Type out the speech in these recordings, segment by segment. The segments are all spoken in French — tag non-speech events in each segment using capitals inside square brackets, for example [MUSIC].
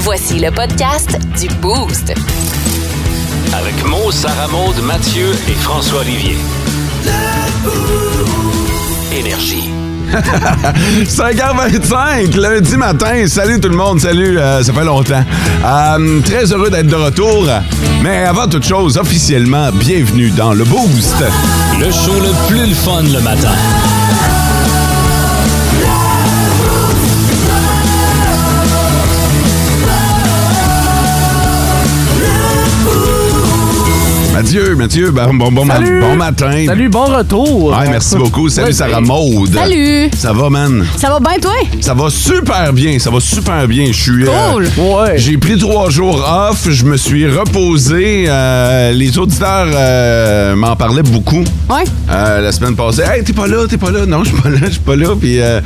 Voici le podcast du Boost. Avec Mo, Sarah Maud, Mathieu et François Olivier. Énergie. [LAUGHS] 5h25, lundi matin. Salut tout le monde, salut, euh, ça fait longtemps. Euh, très heureux d'être de retour. Mais avant toute chose, officiellement, bienvenue dans le Boost. Le show le plus le fun le matin. Mathieu, Mathieu, ben, bon, bon, ma- Salut. bon matin. Salut, bon retour. Ouais, merci beaucoup. Salut Sarah Maude. Salut. Ça va, man? Ça va bien, toi? Ça va super bien, ça va super bien. Je suis. euh, Cool. Ouais. J'ai pris trois jours off, je me suis reposé. euh, les auditeurs euh, m'en parlaient beaucoup Ouais. euh, la semaine passée. Hey, t'es pas là, t'es pas là. Non, je suis pas là, je suis pas là. Puis euh,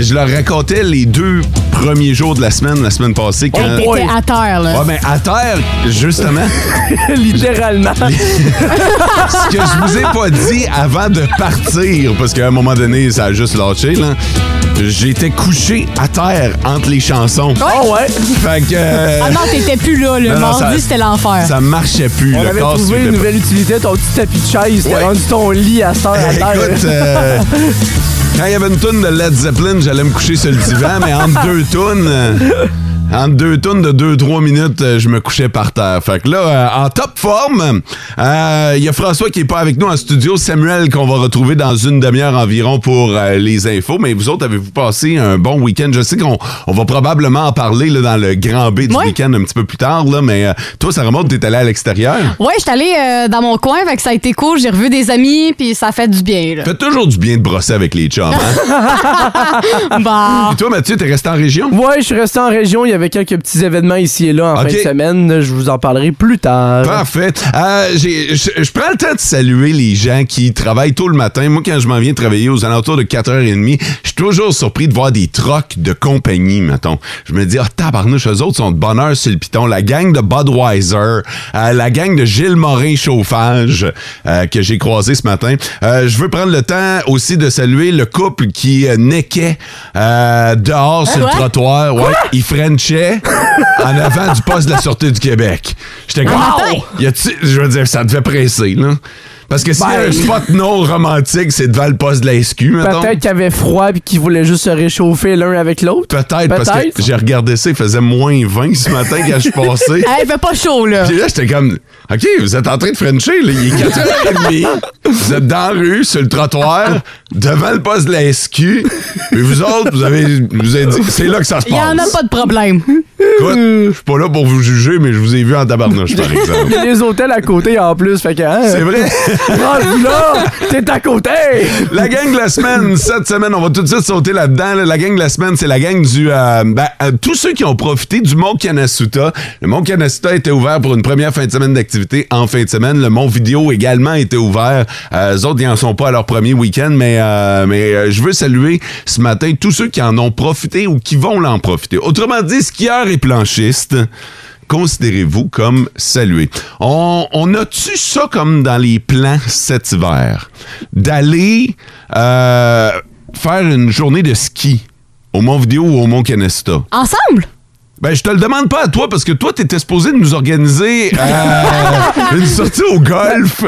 je leur racontais les deux premiers jours de la semaine, la semaine passée. Quand... boy. ouais, Oui. T'es à terre, là. mais à terre, justement. [LAUGHS] [LAUGHS] Littéralement. ce que je vous ai pas dit avant de partir, parce qu'à un moment donné, ça a juste lâché, là. J'étais couché à terre entre les chansons. Oh ouais. Fait que. euh, Ah non, t'étais plus là, le [LAUGHS] Non, non, mardi, ça- c'était l'enfer. ça marchait plus. On le avait corps trouvé suivait une pas. nouvelle utilité, ton petit tapis de chaise. T'as Ouais. rendu ton lit [LAUGHS] à cette heure à terre. Écoute, euh, quand il y avait une toune de Led Zeppelin, j'allais me coucher sur le divan, mais entre deux tounes, euh, entre deux tounes de 2-3 minutes, euh, je me couchais par terre. Fait que là, euh, en top forme, euh, il y a François qui est pas avec nous en studio, Samuel qu'on va retrouver dans une demi-heure environ pour euh, les infos. Mais vous autres, avez-vous passé un bon week-end? Je sais qu'on on va probablement en parler là, dans le grand B du Ouais. week-end un petit peu plus tard, là, mais euh, toi, ça remonte, t'es allé à l'extérieur. Ouais, j'étais allée euh, dans mon coin, fait que ça a été cool. J'ai revu des amis, puis ça a fait du bien, [LAUGHS] là. Fait toujours du bien de brosser avec les chums, hein? Bon. Puis toi, Mathieu, t'es resté en région? Ouais, je suis resté en région. Il y avait quelques petits événements ici et là en Ok. fin de semaine. Je vous en parlerai plus tard. Parfait. Euh, j'ai- je je prends le temps de saluer les gens qui travaillent tôt le matin. Moi, quand je m'en viens travailler aux alentours de 4h30, je suis toujours surpris de voir des trocs de compagnie, mettons. Je me dis, ah, tabarnouche, eux autres sont de bonheur sur le piton. La gang de Budweiser, euh, la gang de Gilles Morin Chauffage euh, que j'ai croisé ce matin. Euh, je veux prendre le temps aussi de saluer le couple qui euh, nequait euh, dehors sur le Quoi? trottoir. Ouais, ils frenchaient en avant du poste de la Sûreté du Québec. J'étais comme, matin? Wow! Y a-tu- je veux dire, ça devait presser, là. Parce que si Ben- un spot non romantique, c'est devant le poste de la SQ, mettons. Peut-être qu'il y avait froid et qu'ils voulaient juste se réchauffer l'un avec l'autre. Peut-être, parce Peut-être. que j'ai regardé ça, il faisait moins 20 ce matin quand je [LAUGHS] passais. Elle fait pas chaud, là. Puis là, j'étais comme, OK, vous êtes en train de Frencher, là. Il est 4h30. vous êtes dans la rue, sur le trottoir, devant le poste de la SQ. Mais vous autres, vous avez, vous avez dit, c'est là que ça se passe. Il y en a pas de problème. Écoute, je suis pas là pour vous juger, mais je vous ai vu en [LAUGHS] tabarnouche, par Il exemple. y a des hôtels à côté en plus. Fait que, hein, C'est vrai? rendu là, t'es à côté. La gang de la semaine, cette semaine, on va tout de suite sauter là-dedans. là. La gang de la semaine, c'est la gang du... euh, ben, euh, tous ceux qui ont profité du Mont Kanasuta. Le Mont Kanasuta était ouvert pour une première fin de semaine d'activité en fin de semaine. Le Mont Vidéo également était ouvert. Euh, eux autres, ils en sont pas à leur premier week-end, mais, euh, mais euh, je veux saluer ce matin tous ceux qui en ont profité ou qui vont l'en profiter. Autrement dit, skieurs et planchistes considérez-vous comme salué. On, on a-tu ça comme dans les plans cet hiver? D'aller euh, faire une journée de ski au Mont Vidéo ou au Mont Canesta? Ensemble? Ben, je te le demande pas à toi parce que toi, t'étais supposé de nous organiser euh, une sortie au golf.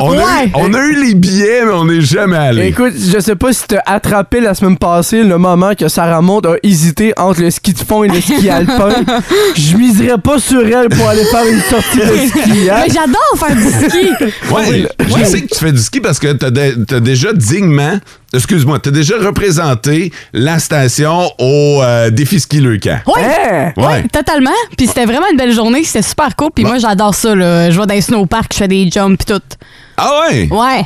On, a eu, Ouais. on a eu les billets, mais on n'est jamais allé. Écoute, je sais pas si t'as attrapé la semaine passée le moment que Sarah Monte a hésité entre le ski de fond et [LAUGHS] le ski alpin. Je miserais pas sur elle pour aller faire une sortie [LAUGHS] de ski. hein. Mais j'adore faire du ski. [LAUGHS] Ouais, je sais que tu fais du ski parce que t'as de- t'as déjà dignement, excuse-moi, t'as déjà représenté la station au euh, défi ski Leucan. Ouais. Hein? Ouais. Ouais, totalement. Puis c'était vraiment une belle journée, c'était super cool. Puis Bon. moi, j'adore ça, là. Je vais dans les snowparks, je fais des jumps, pis tout. Ah ouais? Ouais.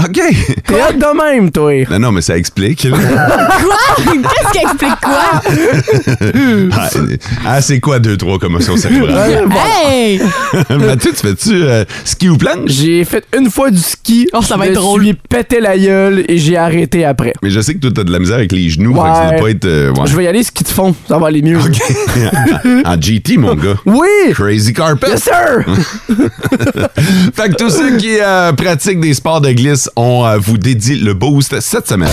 OK. T'es hâte de même, toi. Non, non, mais ça explique. [LAUGHS] là. Quoi? Qu'est-ce qui explique quoi? ah, ah, c'est quoi deux, trois commotions cérébrales? Ouais, bon. Hey! [LAUGHS] Mathieu, tu fais-tu euh, ski ou planche? J'ai fait une fois du ski. Oh, ça va je être drôle. Je lui pété la gueule et j'ai arrêté après. Mais je sais que toi, t'as de la misère avec les genoux. fait que ça doit Ouais. pas être. euh, ouais. Je vais y aller ski de fond, ça va aller mieux. [LAUGHS] OK. en GT, mon gars. Oui! Crazy carpet. Yes, sir! [LAUGHS] Fait que tous ceux qui euh, pratiquent des sports de glisse, on euh, vous dédie le boost cette semaine.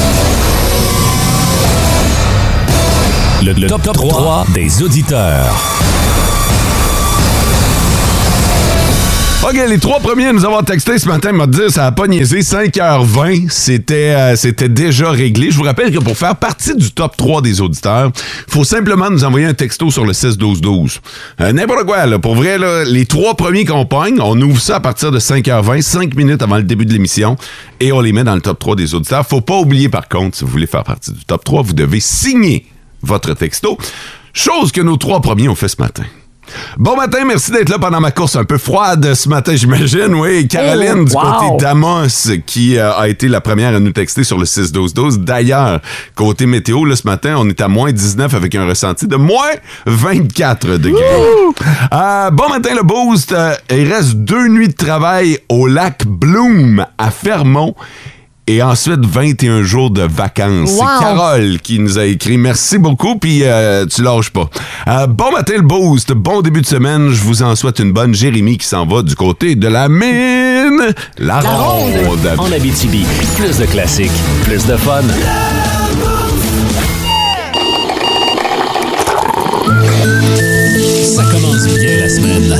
Le, le top, top 3 des auditeurs. OK, les trois premiers à nous avoir texté ce matin m'ont dit ça a pas niaisé, 5h20, c'était euh, c'était déjà réglé. Je vous rappelle que pour faire partie du top 3 des auditeurs, faut simplement nous envoyer un texto sur le 6-12-12. Euh, N'importe quoi, là, pour vrai, là, les trois premiers qu'on pogne, on ouvre ça à partir de 5h20, 5 minutes avant le début de l'émission, et on les met dans le top 3 des auditeurs. Faut pas oublier, par contre, si vous voulez faire partie du top 3, vous devez signer votre texto, chose que nos trois premiers ont fait ce matin. Bon matin, merci d'être là pendant ma course un peu froide ce matin, j'imagine. Oui, Oh, Caroline du wow. côté d'Amos qui euh, a été la première à nous texter sur le 6-12-12. D'ailleurs, côté météo, là, ce matin, on est à moins 19 avec un ressenti de moins 24 degrés. Euh, bon matin, le boost. Euh, il reste deux nuits de travail au lac Bloom à Fermont. Et ensuite, 21 jours de vacances. Wow. C'est Carole qui nous a écrit. Merci beaucoup, puis euh, tu lâches pas. Euh, bon matin, le boost. Bon début de semaine. Je vous en souhaite une bonne. Jérémy qui s'en va du côté de la mine. La, ronde. En Abitibi, plus de classiques, plus de fun. Ça commence bien la semaine.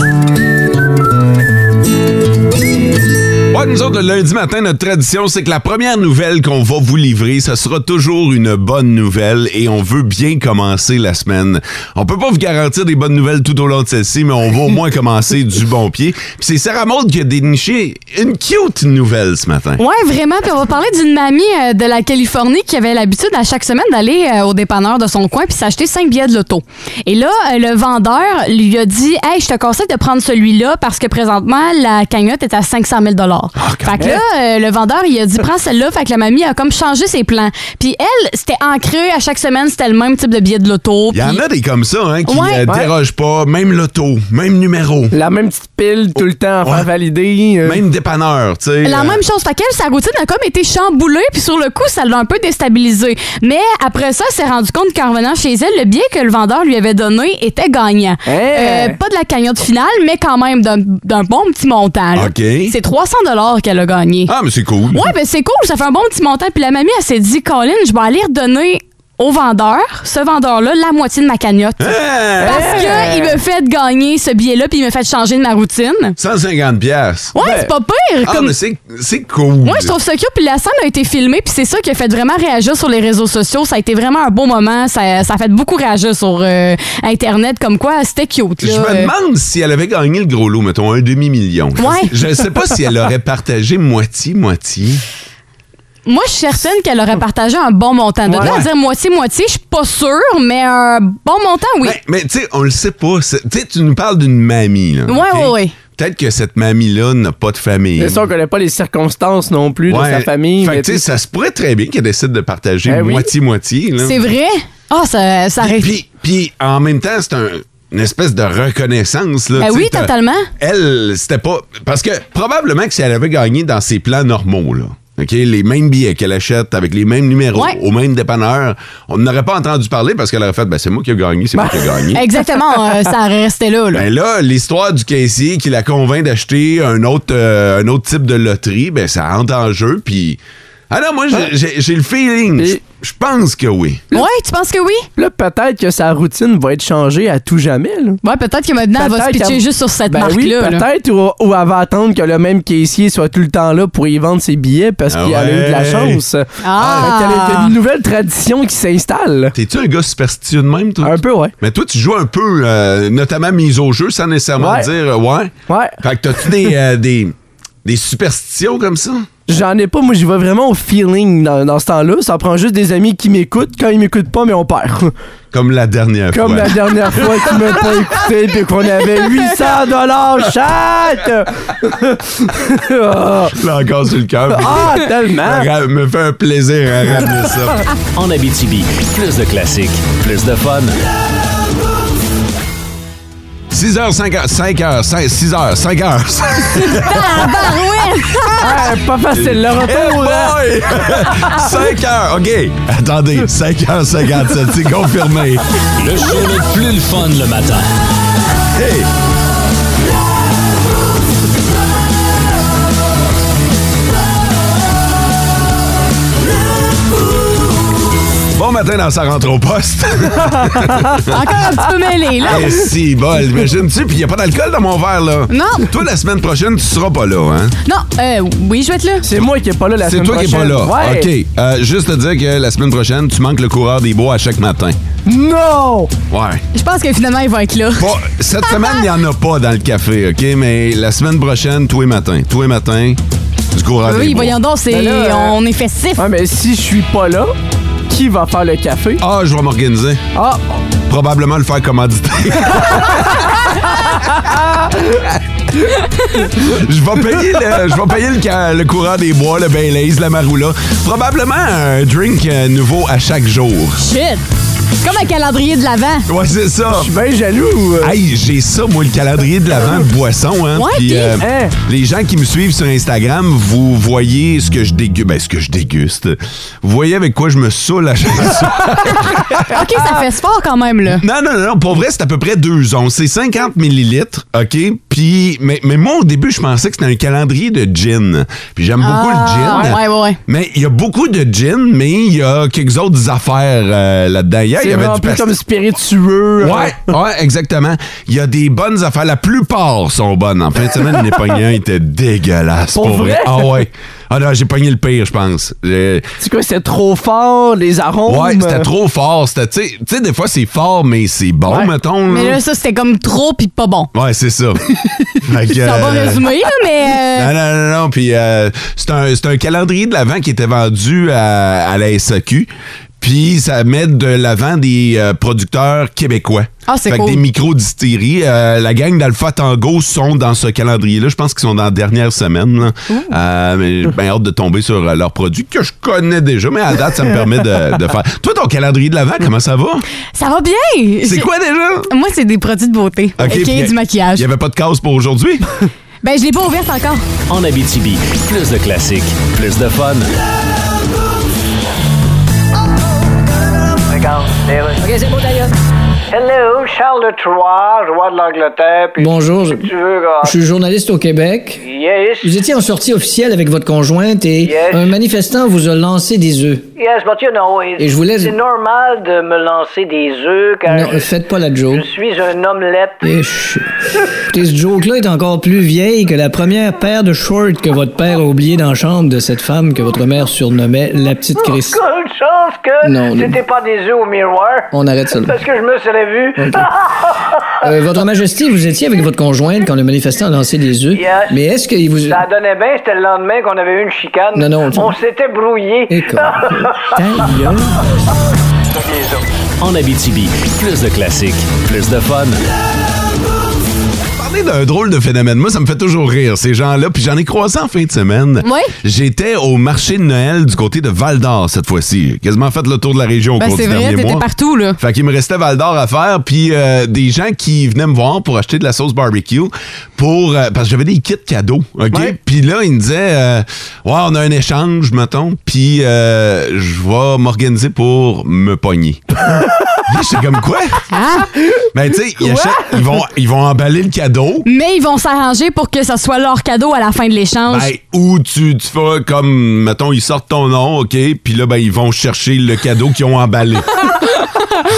Ouais, nous autres, le lundi matin, notre tradition, c'est que la première nouvelle qu'on va vous livrer, ça sera toujours une bonne nouvelle et on veut bien commencer la semaine. On peut pas vous garantir des bonnes nouvelles tout au long de celle-ci, mais on va au moins commencer du bon pied. Puis c'est Sarah Maud qui a déniché une cute nouvelle ce matin. Ouais, vraiment. Puis on va parler d'une mamie euh, de la Californie qui avait l'habitude à chaque semaine d'aller euh, au dépanneur de son coin puis s'acheter cinq billets de loto. Et là, euh, le vendeur lui a dit Hey, je te conseille de prendre celui-là parce que présentement, la cagnotte est à 500 000 Ah, Fait que là, euh, le vendeur, il a dit Prends celle-là. Fait que la mamie a comme changé ses plans. Puis elle, c'était ancré à chaque semaine, c'était le même type de billet de loto. Il y en Puis- a des comme ça, hein, qui Ouais. euh, Ouais. dérogent pas, même l'auto, même numéro, La même petite pile tout le temps à Ouais. faire valider. euh, même dépanneur, tu sais. La euh, même chose. Fait qu'elle, sa routine a comme été chamboulée, puis sur le coup, ça l'a un peu déstabilisée. Mais après ça, elle s'est rendue compte qu'en revenant chez elle, le billet que le vendeur lui avait donné était gagnant. Eh. Hey! Euh, pas de la cagnotte finale, mais quand même d'un d'un bon petit montant. là. OK. C'est 300 qu'elle a gagné. Ah, mais c'est cool. Ouais, ben c'est cool, ça fait un bon petit montant. Puis la mamie, elle s'est dit, Colin, je vais aller redonner au vendeur, ce vendeur-là, la moitié de ma cagnotte. Ah, Parce que il me fait gagner ce billet-là, puis il me fait changer de ma routine. 150 pièces. Ouais, c'est pas pire. Ah, comme- mais c'est c'est cool. moi, je trouve ça cute. Puis la scène a été filmée, puis c'est ça qui a fait vraiment réagir sur les réseaux sociaux. Ça a été vraiment un beau moment. Ça, ça a fait beaucoup réagir sur euh, Internet, comme quoi c'était cute. Là. Je me Euh, demande si elle avait gagné le gros lot, mettons un demi-million. Je- Ouais. Je ne sais pas si elle aurait partagé moitié-moitié. Moi, je suis certaine qu'elle aurait partagé un bon montant. De là à Ouais. dire moitié-moitié, je suis pas sûre, mais un bon montant, oui. Mais, mais tu sais, on le sait pas. C'est- Tu sais, tu nous parles d'une mamie. Là, Ouais, Ben, ok? ouais, ouais. Peut-être que cette mamie-là n'a pas de famille. C'est sûr qu'on connaît pas les circonstances non plus Ouais. de sa famille. Fait que mais tu sais, ça se pourrait très bien qu'elle décide de partager Eh oui. moitié-moitié. là. C'est vrai? Ah, ça, ça Puis, arrive. puis, puis en même temps, c'est un- une espèce de reconnaissance. Là, Ben tu sais, oui, t'as- totalement. Elle, c'était pas. Parce que probablement que si elle avait gagné dans ses plans normaux, là, OK, les mêmes billets qu'elle achète avec les mêmes numéros, Ouais. au même dépanneur, on n'aurait pas entendu parler parce qu'elle aurait fait ben, c'est moi qui ai gagné, c'est moi qui [LAUGHS] ai gagné. Exactement, euh, [LAUGHS] ça aurait resté là. là. Ben là, l'histoire du caissier qui la convainc d'acheter un autre, euh, un autre type de loterie, ben ça entre en jeu, puis. Ah non, moi, j'ai- j'ai j'ai le feeling. Je- Et- Je pense que oui. Ouais, tu penses que oui? Là, peut-être que sa routine va être changée à tout jamais. Là. Ouais, peut-être que maintenant, elle va se Peut-être pitcher qu'elle- juste sur cette Ben oui, marque-là. là. peut-être, ou, ou elle va attendre que le même caissier soit tout le temps là pour y vendre ses billets parce Ah qu'il a eu de la ouais. chance. Ah. Fait qu'il y a une nouvelle tradition qui s'installe. T'es-tu un gars superstitieux de même, toi? Un peu, ouais. Mais toi, tu joues un peu, euh, notamment mise au jeu, sans nécessairement Ouais. dire euh, ouais. Ouais. Fait que t'as-tu des, [LAUGHS] euh, des, des superstitions comme ça? J'en ai pas, moi j'y vais vraiment au feeling dans, dans ce temps-là. Ça prend juste des amis qui m'écoutent. Quand ils m'écoutent pas, mais on perd. Comme la dernière Comme fois. la [LAUGHS] dernière fois qu'ils m'ont pas écouté puis qu'on avait 800 dollars [LAUGHS] chat. Je l'ai encore sur le cœur. ah, tellement. Ça me fait un plaisir à ramener ça. En Abitibi, plus de classiques, plus de fun. 6h, 5h, 5h, [LAUGHS] 6h, 5h. Tabarouette! Ah, pas facile le retour. hein. [LAUGHS] 5h, OK. Attendez, 5h57, c'est confirmé. Le show le plus le fun le matin. Hey! Bon matin dans sa rentre [LAUGHS] au poste. Encore un petit peu mêlé, [LAUGHS] là. Eh, si, bol, imagine-tu, puis il n'y a pas d'alcool dans mon verre, là. Non. Toi, la semaine prochaine, tu seras pas là, hein? Non, euh, oui, je vais être là. C'est moi qui est pas là la C'est semaine toi qui prochaine. n'es pas là. Ouais. OK. Euh, juste te dire que la semaine prochaine, tu manques le coureur des bois à chaque matin. Non! Ouais. Je pense que finalement, il va être là. Pas- cette semaine, il n'y en a pas dans le café, OK? Mais la semaine prochaine, tous les matins. Tous les matins, du coureur des oui, bois. voyons donc, c'est, Ben là, euh, on est festif. Ouais, mais si je suis pas là, qui va faire le café? Ah, je vais m'organiser. Ah! Probablement le faire commanditer. [LAUGHS] [LAUGHS] Je vais payer, le, je vais payer le, ca- le courant des bois, le Baileys, la Maroula. Probablement un drink euh, nouveau à chaque jour. Shit. C'est Comme un calendrier de l'avant. Ouais, c'est ça. Je suis bien jaloux! Hey, j'ai ça, moi, le calendrier de l'avant de boisson. Hein? euh. Ouais, Puis, puis- Hein? Les gens qui me suivent sur Instagram, vous voyez ce que je déguste. Ben, ce que je déguste. Vous voyez avec quoi je me saoule à chaque soir. [LAUGHS] OK, ça fait sport quand même, là. Non, non, non, non, pour vrai, c'est à peu près deux onces. C'est 50 millilitres, OK? Puis, mais, mais moi, au début, je pensais que c'était un calendrier de gin. Puis j'aime beaucoup Ah, le gin. ouais, ouais, ouais. Mais il y a beaucoup de gin, mais il y a quelques autres affaires euh, là-dedans. Hier, Il C'est y avait vraiment du plus pastis- comme spiritueux. euh, Ouais, ouais, exactement. Il y a des bonnes affaires. La plupart sont bonnes. En fin de semaine, les pognons étaient dégueulasses. Pour vrai? Ah ouais. Ah non, j'ai pogné le pire, je pense. J'ai- C'est quoi, c'était trop fort, les arômes? Ouais, c'était euh, trop fort. C'était- Tu sais- tu sais, des fois, c'est fort, mais c'est bon, Ouais. mettons. Mais là. là, ça, c'était comme trop puis pas bon. Ouais, [LAUGHS] c'est ça. Fait que, Ça va euh, résumer, là, mais... euh, [LAUGHS] Non, non, non, non. Puis euh, c'est un, c'est un calendrier de l'Avent qui était vendu à, à la SAQ. Puis ça met de l'avant des euh, producteurs québécois. Ah, c'est Fait que cool. des micro-distilleries. Euh, la gang d'Alpha Tango sont dans ce calendrier-là. Je pense qu'ils sont dans la dernière semaine. là. Euh, mais j'ai bien hâte de tomber sur euh, leurs produits que je connais déjà. Mais à date, ça me permet de, de faire. Toi, ton calendrier de l'Avent, comment ça Euh, va? Ça va bien. C'est J'ai- quoi déjà? Moi, c'est des produits de beauté. Ok, OK, puis, du maquillage. Il n'y avait pas de cause pour aujourd'hui? Ben, je l'ai pas ouverte encore. [LAUGHS] En Abitibi, plus de classiques, plus de fun. Hello, Charles III, roi de l'Angleterre. puis Bonjour, je, Tu veux, gars? je suis journaliste au Québec. Yes. Vous étiez en sortie officielle avec votre conjointe et Yes. un manifestant vous a lancé des œufs. Yes, but you know, it- Et je voulais- c'est normal de me lancer des œufs car Non, euh, je, faites pas la joke. Eh, je suis un omelette. Et je- Écoutez, ce joke-là est encore plus vieille que la première paire de shorts que votre père a oublié dans la chambre de cette femme que votre mère surnommait la petite Oh, Chris. Quelle chance que Non, non. c'était pas des œufs au miroir. On arrête ça. là. Parce que je me serais vu. Euh, votre Majesté, vous étiez avec votre conjointe quand le manifestant a lancé des œufs. Yes. Mais est-ce qu'il vous... Ça donnait bien, c'était le lendemain qu'on avait eu une chicane. Non, non, tu- On s'était brouillé. [LAUGHS] Écoute, ta gueule. En Abitibi, plus de classiques, plus de fun. Parler d'un drôle de phénomène, moi, ça me fait toujours rire, ces gens-là. Puis j'en ai croisé en fin de semaine. Oui. J'étais au marché de Noël du côté de Val d'Or cette fois-ci. J'ai Quasiment fait le tour de la région au Ben, cours c'est du vrai, dernier t'étais mois. partout, là. Fait qu'il me restait Val d'Or à faire, puis euh, des gens qui venaient me voir pour acheter de la sauce barbecue pour euh, parce que j'avais des kits cadeaux, ok. Ouais. Puis là ils me disaient, euh, ouais, on a un échange, mettons, puis euh, je vais m'organiser pour [LAUGHS] me pogner. Là, J'étais comme quoi? Ah! Ben, tu sais, ils, achètent- ils vont, ils vont emballer le cadeau. Mais ils vont s'arranger pour que ça soit leur cadeau à la fin de l'échange. Ben, ou tu, tu fais comme, mettons, ils sortent ton nom, OK, puis là, ben, ils vont chercher le cadeau qu'ils ont emballé. [LAUGHS]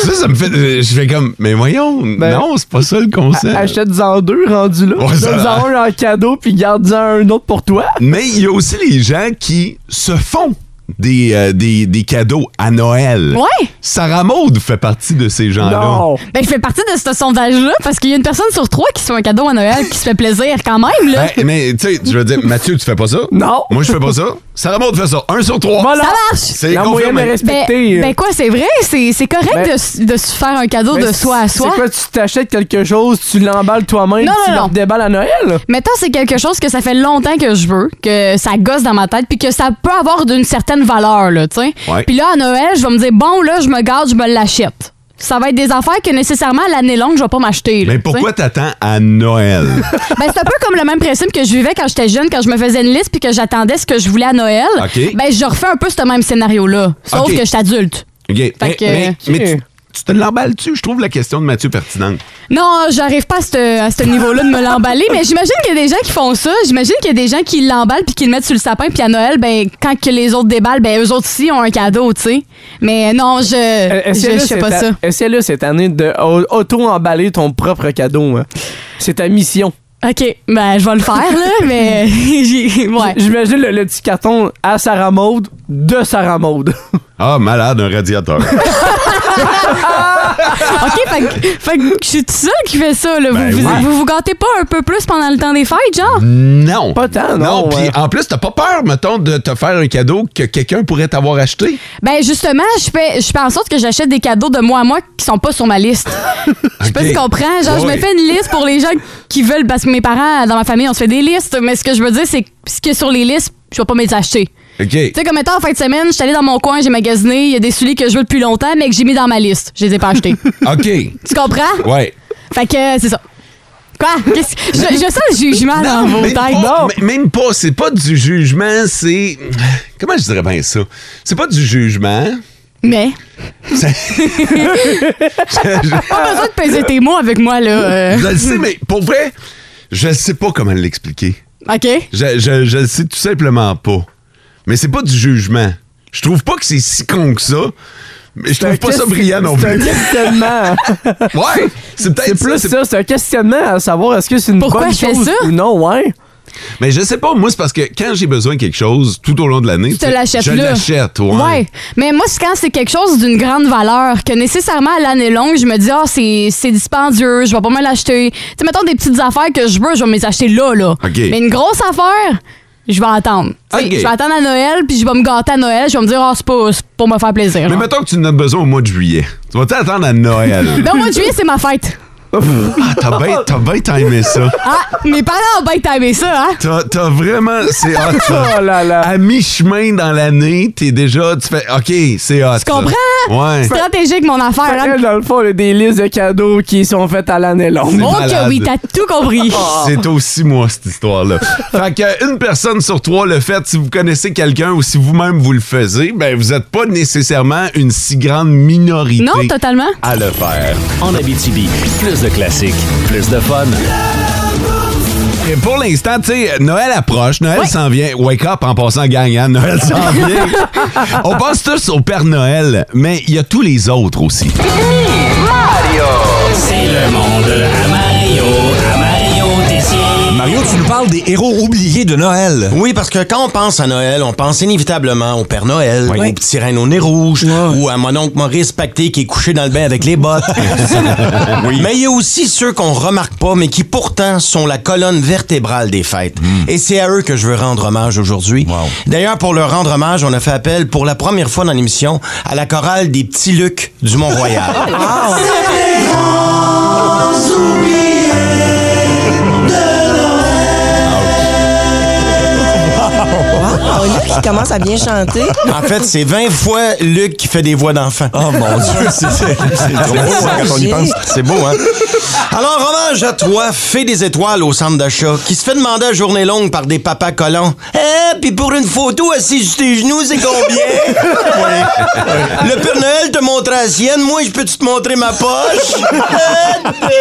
ça, ça me fait. euh, Je fais comme, mais voyons, Ben, non, c'est pas ça le concept. Achète-en deux, rendu là. Ouais, ça Donne-en un en cadeau, puis garde-en un autre pour toi. Mais il y a aussi les gens qui se font des, euh, des, des cadeaux à Noël. Ouais. Sarah Maud fait partie de ces gens-là. non! Ben, je fais partie de ce sondage-là parce qu'il y a une personne sur trois qui se fait un cadeau à Noël qui se fait plaisir quand même, là. Ben, mais tu sais, je veux dire, Mathieu, tu fais pas ça? Non. Moi, je fais pas ça. Sarah Maud fait ça. Un sur trois. Voilà! Oh, Ça marche! C'est La moyenne confirmé. est Ben, respectée. ben quoi, c'est vrai, c'est c'est correct Ben- de, s- de se faire un cadeau Mais de soi à soi. C'est quoi, tu t'achètes quelque chose, tu l'emballes toi-même, Non, tu non, le non. déballes à Noël? Mettons, c'est quelque chose que ça fait longtemps que je veux, que ça gosse dans ma tête, puis que ça peut avoir d'une certaine valeur, là, tu sais. Ouais. Puis là, à Noël, je vais me dire, bon, là, je me garde, je me l'achète. Ça va être des affaires que nécessairement, à l'année longue, je vais pas Ben, m'acheter. là, Mais tu sais. pourquoi t'attends à Noël? Ben, c'est un peu comme le même principe que je vivais quand j'étais jeune, quand je me faisais une liste puis que j'attendais ce que je voulais à Noël. OK. Ben, je refais un peu ce même scénario-là, sauf OK. que je suis adulte. OK. Mais, que- mais- mais tu- Tu te l'emballes-tu? Je trouve la question de Mathieu pertinente. Non, j'arrive pas à ce, à ce niveau-là de me l'emballer, mais j'imagine qu'il y a des gens qui font ça. J'imagine qu'il y a des gens qui l'emballent puis qui le mettent sur le sapin, puis à Noël, ben, quand que les autres déballent, ben, eux autres aussi ont un cadeau, tu sais. Mais non, je Euh, je, Essaie-le je fais cette pas a- ça. Essaie-le cette année de au- auto-emballer ton propre cadeau. hein. C'est ta mission. OK, ben, je vais le faire, là, [LAUGHS] mais j'ai- ouais. J'imagine le, le petit carton à Sarah Maude de Sarah Maude. Ah, malade, un radiateur. OK, fait que- fait que je suis toute seule qui fait ça, là. Vous, Ben vous, oui. vous vous gâtez pas un peu plus pendant le temps des fêtes, genre? Ah non. Pas tant, [LAUGHS] non, puis ouais. en plus, t'as pas peur, mettons, de te faire un cadeau que quelqu'un pourrait t'avoir acheté? Ben, justement, je fais, je fais en sorte que j'achète des cadeaux de moi à moi qui sont pas sur ma liste. Je sais pas Ok. si tu comprends. Genre, je Ouais. me fais une liste pour les gens qui veulent, parce que mes parents, dans ma famille, on se fait des listes. Mais ce que je veux dire, c'est que ce qui est sur les listes, je vais pas me les acheter. OK. [LAUGHS] Tu sais, comme étant en fin de semaine, je suis allée dans mon coin, j'ai magasiné, il y a des souliers que je veux depuis longtemps, mais que j'ai mis dans ma liste. Je les ai pas [LAUGHS] achetés. OK. tu comprends? Ouais. Fait que, euh, c'est ça. Quoi? Qu'est-ce que- je, je sens le jugement dans vos même têtes. pas, m- même pas. C'est pas du jugement, c'est. Comment je dirais bien ça? C'est pas du jugement. Mais, Je- pas besoin de peser tes mots avec moi, là. euh. je le sais, mais pour vrai, je sais pas comment l'expliquer. OK? Je, je, je le sais tout simplement pas. Mais c'est pas du jugement. Je trouve pas que c'est si con que ça. Mais je trouve pas ça brillant non C'est un plus. questionnement. Ouais, c'est peut-être [LAUGHS] c'est ça, plus c'est- ça, c'est un questionnement à savoir est-ce que c'est une Pourquoi bonne je fais chose ça? ou non, ouais. [LAUGHS] Mais je sais pas, moi, c'est parce que quand j'ai besoin de quelque chose tout au long de l'année, Tu te c'est- l'achètes je là. l'achète, ouais. Ouais. Mais moi, c'est quand c'est quelque chose d'une grande valeur, que nécessairement à l'année longue, je me dis, ah, c'est c'est dispendieux, je vais pas me l'acheter. Tu sais, mettons des petites affaires que je veux, je vais me les acheter là, là. OK. Mais une grosse affaire, je vais attendre. Tu sais, OK. Je vais attendre à Noël, puis je vais me gâter à Noël, je vais me dire, ah, c'est pas- c'est pour me faire plaisir. Mais genre. mettons que tu en as besoin au mois de juillet. Tu vas t'attendre [LAUGHS] à Noël. Mais Ben, au mois de juillet, c'est ma fête. ah, t'as bien t'as bien timé ça. Ah, mes parents ont bien timé ça, hein? T'as t'as vraiment. C'est hot, ça. Oh là là. À mi-chemin dans l'année, t'es déjà. Tu fais. OK, c'est hot. Tu comprends? Ouais. Stratégique, mon affaire, hein? Dans le fond, il y a des listes de cadeaux qui sont faites à l'année longue. C'est Oh malade. que oui, t'as tout compris. [LAUGHS] C'est aussi moi cette histoire-là. fait que euh, une personne sur trois le fait. Si vous connaissez quelqu'un ou si vous-même vous le faisiez, ben vous n'êtes pas nécessairement une si grande minorité. Non, totalement. À le faire. En Abitibi, plus de classiques, plus de fun. Et pour l'instant, tu sais, Noël approche, Noël Ouais. s'en vient. Wake up en passant gagnant, Noël [LAUGHS] s'en vient. On pense tous au Père Noël, mais il y a tous les autres aussi. C'est le monde à Mario, à Mario Tessier. Mario, tu nous parles des héros oubliés de Noël. Oui, parce que quand on pense à Noël, on pense inévitablement au Père Noël, Oui. au petit reine au nez rouge, ou à mon oncle Maurice Pacté qui est couché dans le bain avec [LAUGHS] les bottes. Mais il y a aussi ceux qu'on remarque pas, mais qui pourtant sont la colonne vertébrale des fêtes. Et c'est à eux que je veux rendre hommage aujourd'hui. Hmm. Wow. D'ailleurs, pour leur rendre hommage, on a fait appel pour la première fois dans l'émission à la chorale des petits Lucs du Ah. Mont-Royal. Oh, Luc, il commence à bien [LAUGHS] chanter. En fait, c'est 20 fois Luc qui fait des voix d'enfant. Oh mon [LAUGHS] Dieu, c'est c'est- c'est drôle hein, quand on y pense. C'est beau, hein? Alors, hommage à toi, fée des étoiles au centre d'achat, qui se fait demander à journée longue par des papas collants. Eh, puis pour une photo assise sur tes genoux, c'est combien? [LAUGHS] Le Père Noël te montre la sienne, moi, je peux-tu te montrer [LAUGHS] ma poche? Eh,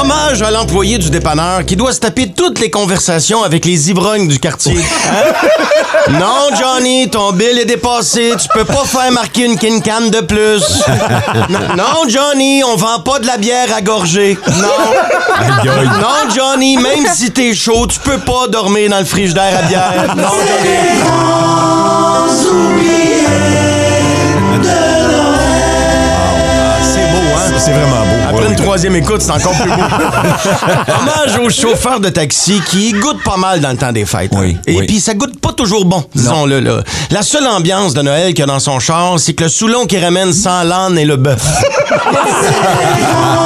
Hommage à l'employé du dépanneur qui doit se taper toutes les conversations avec les ivrognes du quartier. Hein? Non, Johnny, ton bill est dépassé. Tu peux pas faire marquer une quincan de plus. Non, non, Johnny, on vend pas de la bière à gorger. Non. Non, Johnny, même si t'es chaud, tu peux pas dormir dans le frigidaire à bière. Non, Johnny. Ah, C'est beau, hein? C'est vraiment beau. Après Ouais, une oui. troisième écoute, c'est encore plus beau. [LAUGHS] Hommage aux chauffeurs de taxi qui goûtent pas mal dans le temps des fêtes. hein. Oui, Et oui. puis ça goûte pas toujours bon, disons-le. là. La seule ambiance de Noël qu'il y a dans son char, c'est que le Soulon qui ramène sans l'âne et [LAUGHS] le bœuf. hein. Ah.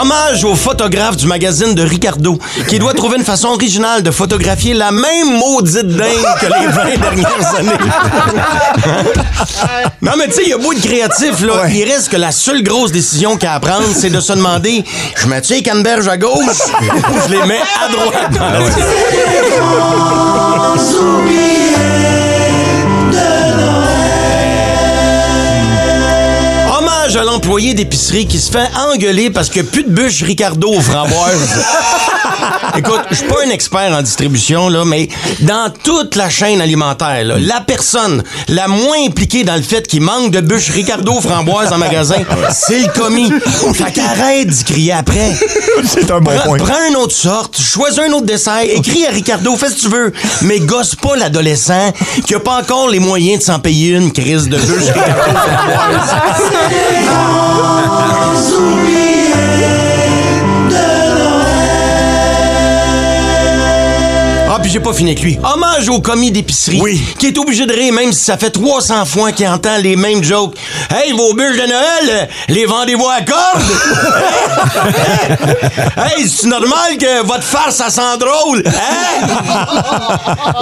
hommage au photographe du magazine de Ricardo, qui doit trouver une façon originale de photographier la même maudite dingue que [LAUGHS] les 20 dernières années. non, mais tu sais, il y a beau de créatif, là. Il reste que la seule grosse décision qu'il y a à prendre, c'est de se demander je mets-tu les canneberges à gauche ou je les mets à droite? Ah Hommage à l'employé d'épicerie qui se fait engueuler parce qu'il n'y a plus de bûche Ricardo aux framboises. [LAUGHS] Écoute, je suis pas un expert en distribution, là, mais dans toute la chaîne alimentaire, là, la personne la moins impliquée dans le fait qu'il manque de bûche Ricardo aux framboises [LAUGHS] en magasin, c'est le commis. Fait qu'arrête d'y crier après. C'est un bon Prends- point. Prends une autre sorte, choisis un autre dessert, écris à Ricardo, fais ce que tu veux, mais gosse pas l'adolescent qui a pas encore les moyens de s'en payer une crise de bûche Ricardo. Ah, puis j'ai pas fini avec lui. Hommage au commis d'épicerie. Oui. Qui est obligé de rire, même si ça fait 300 fois qu'il entend les mêmes jokes. Hey, vos bûches de Noël, euh, les vendez-vous à corde? [LAUGHS] hey, c'est normal que votre farce, ça sent drôle? Hein?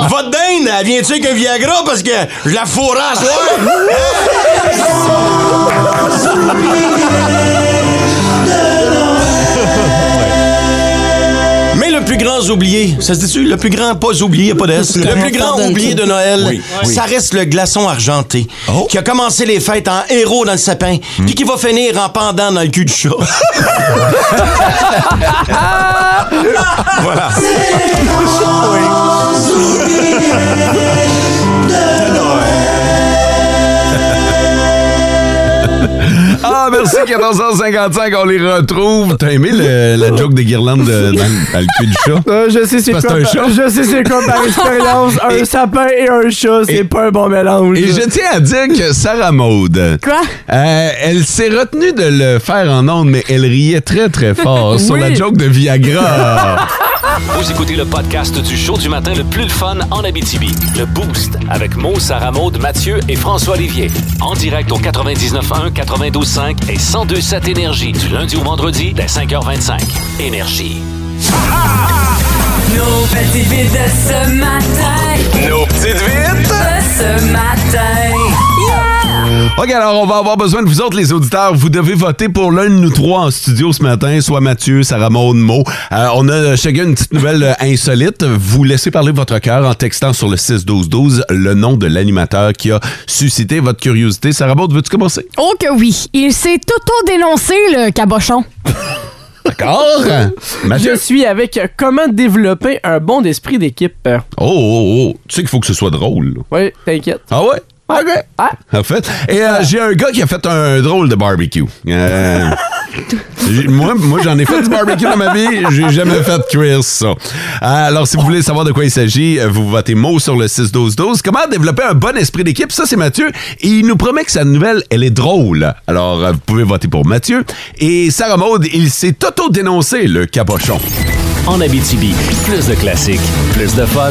votre dinde, elle vient-tu avec un Viagra? Parce que je la fourrais à soir. Hein? Mais le plus grand oublié, ça se dit-tu? Le plus grand pas oublié, pas d'S. Le plus grand Pardonne-toi. oublié de Noël, Oui, oui. ça reste le glaçon argenté, qui a commencé les fêtes en héros dans le sapin, puis qui va finir en pendant dans le cul du chat. Voilà. Ah, merci 1455, on les retrouve. T'as aimé le- la joke des guirlandes de- euh, dans, le- dans le cul du chat? Euh, je sais c'est Parce quoi. que c'est un par- Je sais c'est quoi par expérience. Un sapin et un chat, c'est et- pas un bon mélange. Et je tiens à dire que Sarah Maude, Quoi? euh, elle s'est retenue de le faire en ondes, mais elle riait très très [LAUGHS] fort sur Oui. la joke de Viagra. Vous écoutez le podcast du show du matin le plus le fun en Abitibi. Le Boost avec Mo, Sarah Maud, Mathieu et François Olivier. En direct au 99.1, 92.5 et 102.7 Énergie du lundi au vendredi dès 5h25. Énergie. Nos petites vites de ce matin. Nos petites vites! De ce matin. Yeah! OK, alors on va avoir besoin de vous autres, les auditeurs. Vous devez voter pour l'un de nous trois en studio ce matin, soit Mathieu, Sarah Maude, Mo. Euh, on a chacun une petite nouvelle euh, insolite. Vous laissez parler votre cœur en textant sur le 6-12-12 le nom de l'animateur qui a suscité votre curiosité. Sarah Maude, veux-tu commencer? Oh que oui. Il s'est auto-dénoncé, le cabochon. D'accord. Mathieu? Je suis avec euh, comment développer un bon esprit d'équipe. Euh, Oh, oh, oh. Tu sais qu'il faut que ce soit drôle. là. Oui, t'inquiète. Ah ouais? OK. Ah. En fait. Et euh, j'ai un gars qui a fait un drôle de barbecue. Euh, j'ai- moi, moi j'en ai fait du barbecue dans ma vie. J'ai jamais fait cuire ça. Euh, Alors, si vous voulez savoir de quoi il s'agit, euh, vous votez mot sur le 6-12-12. Comment développer un bon esprit d'équipe? Ça, c'est Mathieu. Et il nous promet que sa nouvelle, elle est drôle. Alors, euh, vous pouvez voter pour Mathieu. Et Sarah Maude, il s'est auto-dénoncé, le cabochon. En Abitibi, plus de classiques, plus de fun.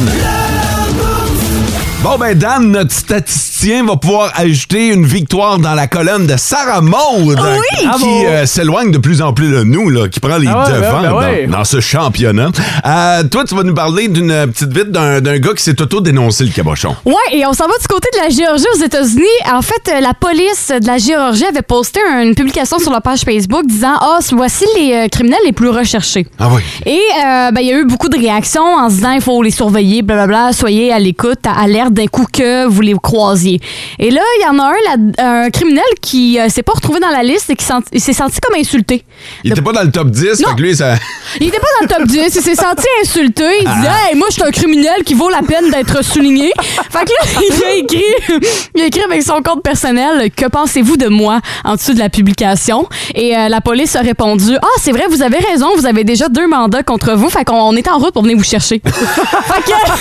Bon, ben, Dan, notre statisticien va pouvoir ajouter une victoire dans la colonne de Sarah Maud, qui Bravo. euh, s'éloigne de plus en plus de nous, là, qui prend les Ah ouais, ben, devants ben dans- ouais. dans, ce championnat. Euh, toi, tu vas nous parler d'une euh, petite vite d'un d'un gars qui s'est auto-dénoncé le cabochon. Ouais, et on s'en va du côté de la Géorgie aux États-Unis. En fait, euh, la police de la Géorgie avait posté une publication sur leur page Facebook disant Ah, voici les euh, criminels les plus recherchés. Ah oui. Et euh, ben, il y a eu beaucoup de réactions en se disant il faut les surveiller, blablabla, soyez à l'écoute, à alerte d'un coup que vous les croisiez. Et là, il y en a un, là, un criminel qui euh, s'est pas retrouvé dans la liste et qui sent- il s'est senti comme insulté. Il De- était pas dans le top 10, Non. fait que lui, ça. [LAUGHS] il était pas dans le top 10, il s'est senti insulté. Il disait Hey, moi, je suis un criminel qui vaut la peine d'être souligné. Fait que là, [LAUGHS] il a écrit, il a écrit avec son compte personnel Que pensez-vous de moi en dessous de la publication Et euh, la police a répondu Ah, c'est vrai, vous avez raison, vous avez déjà deux mandats contre vous. Fait qu'on on est en route pour venir vous chercher. fait que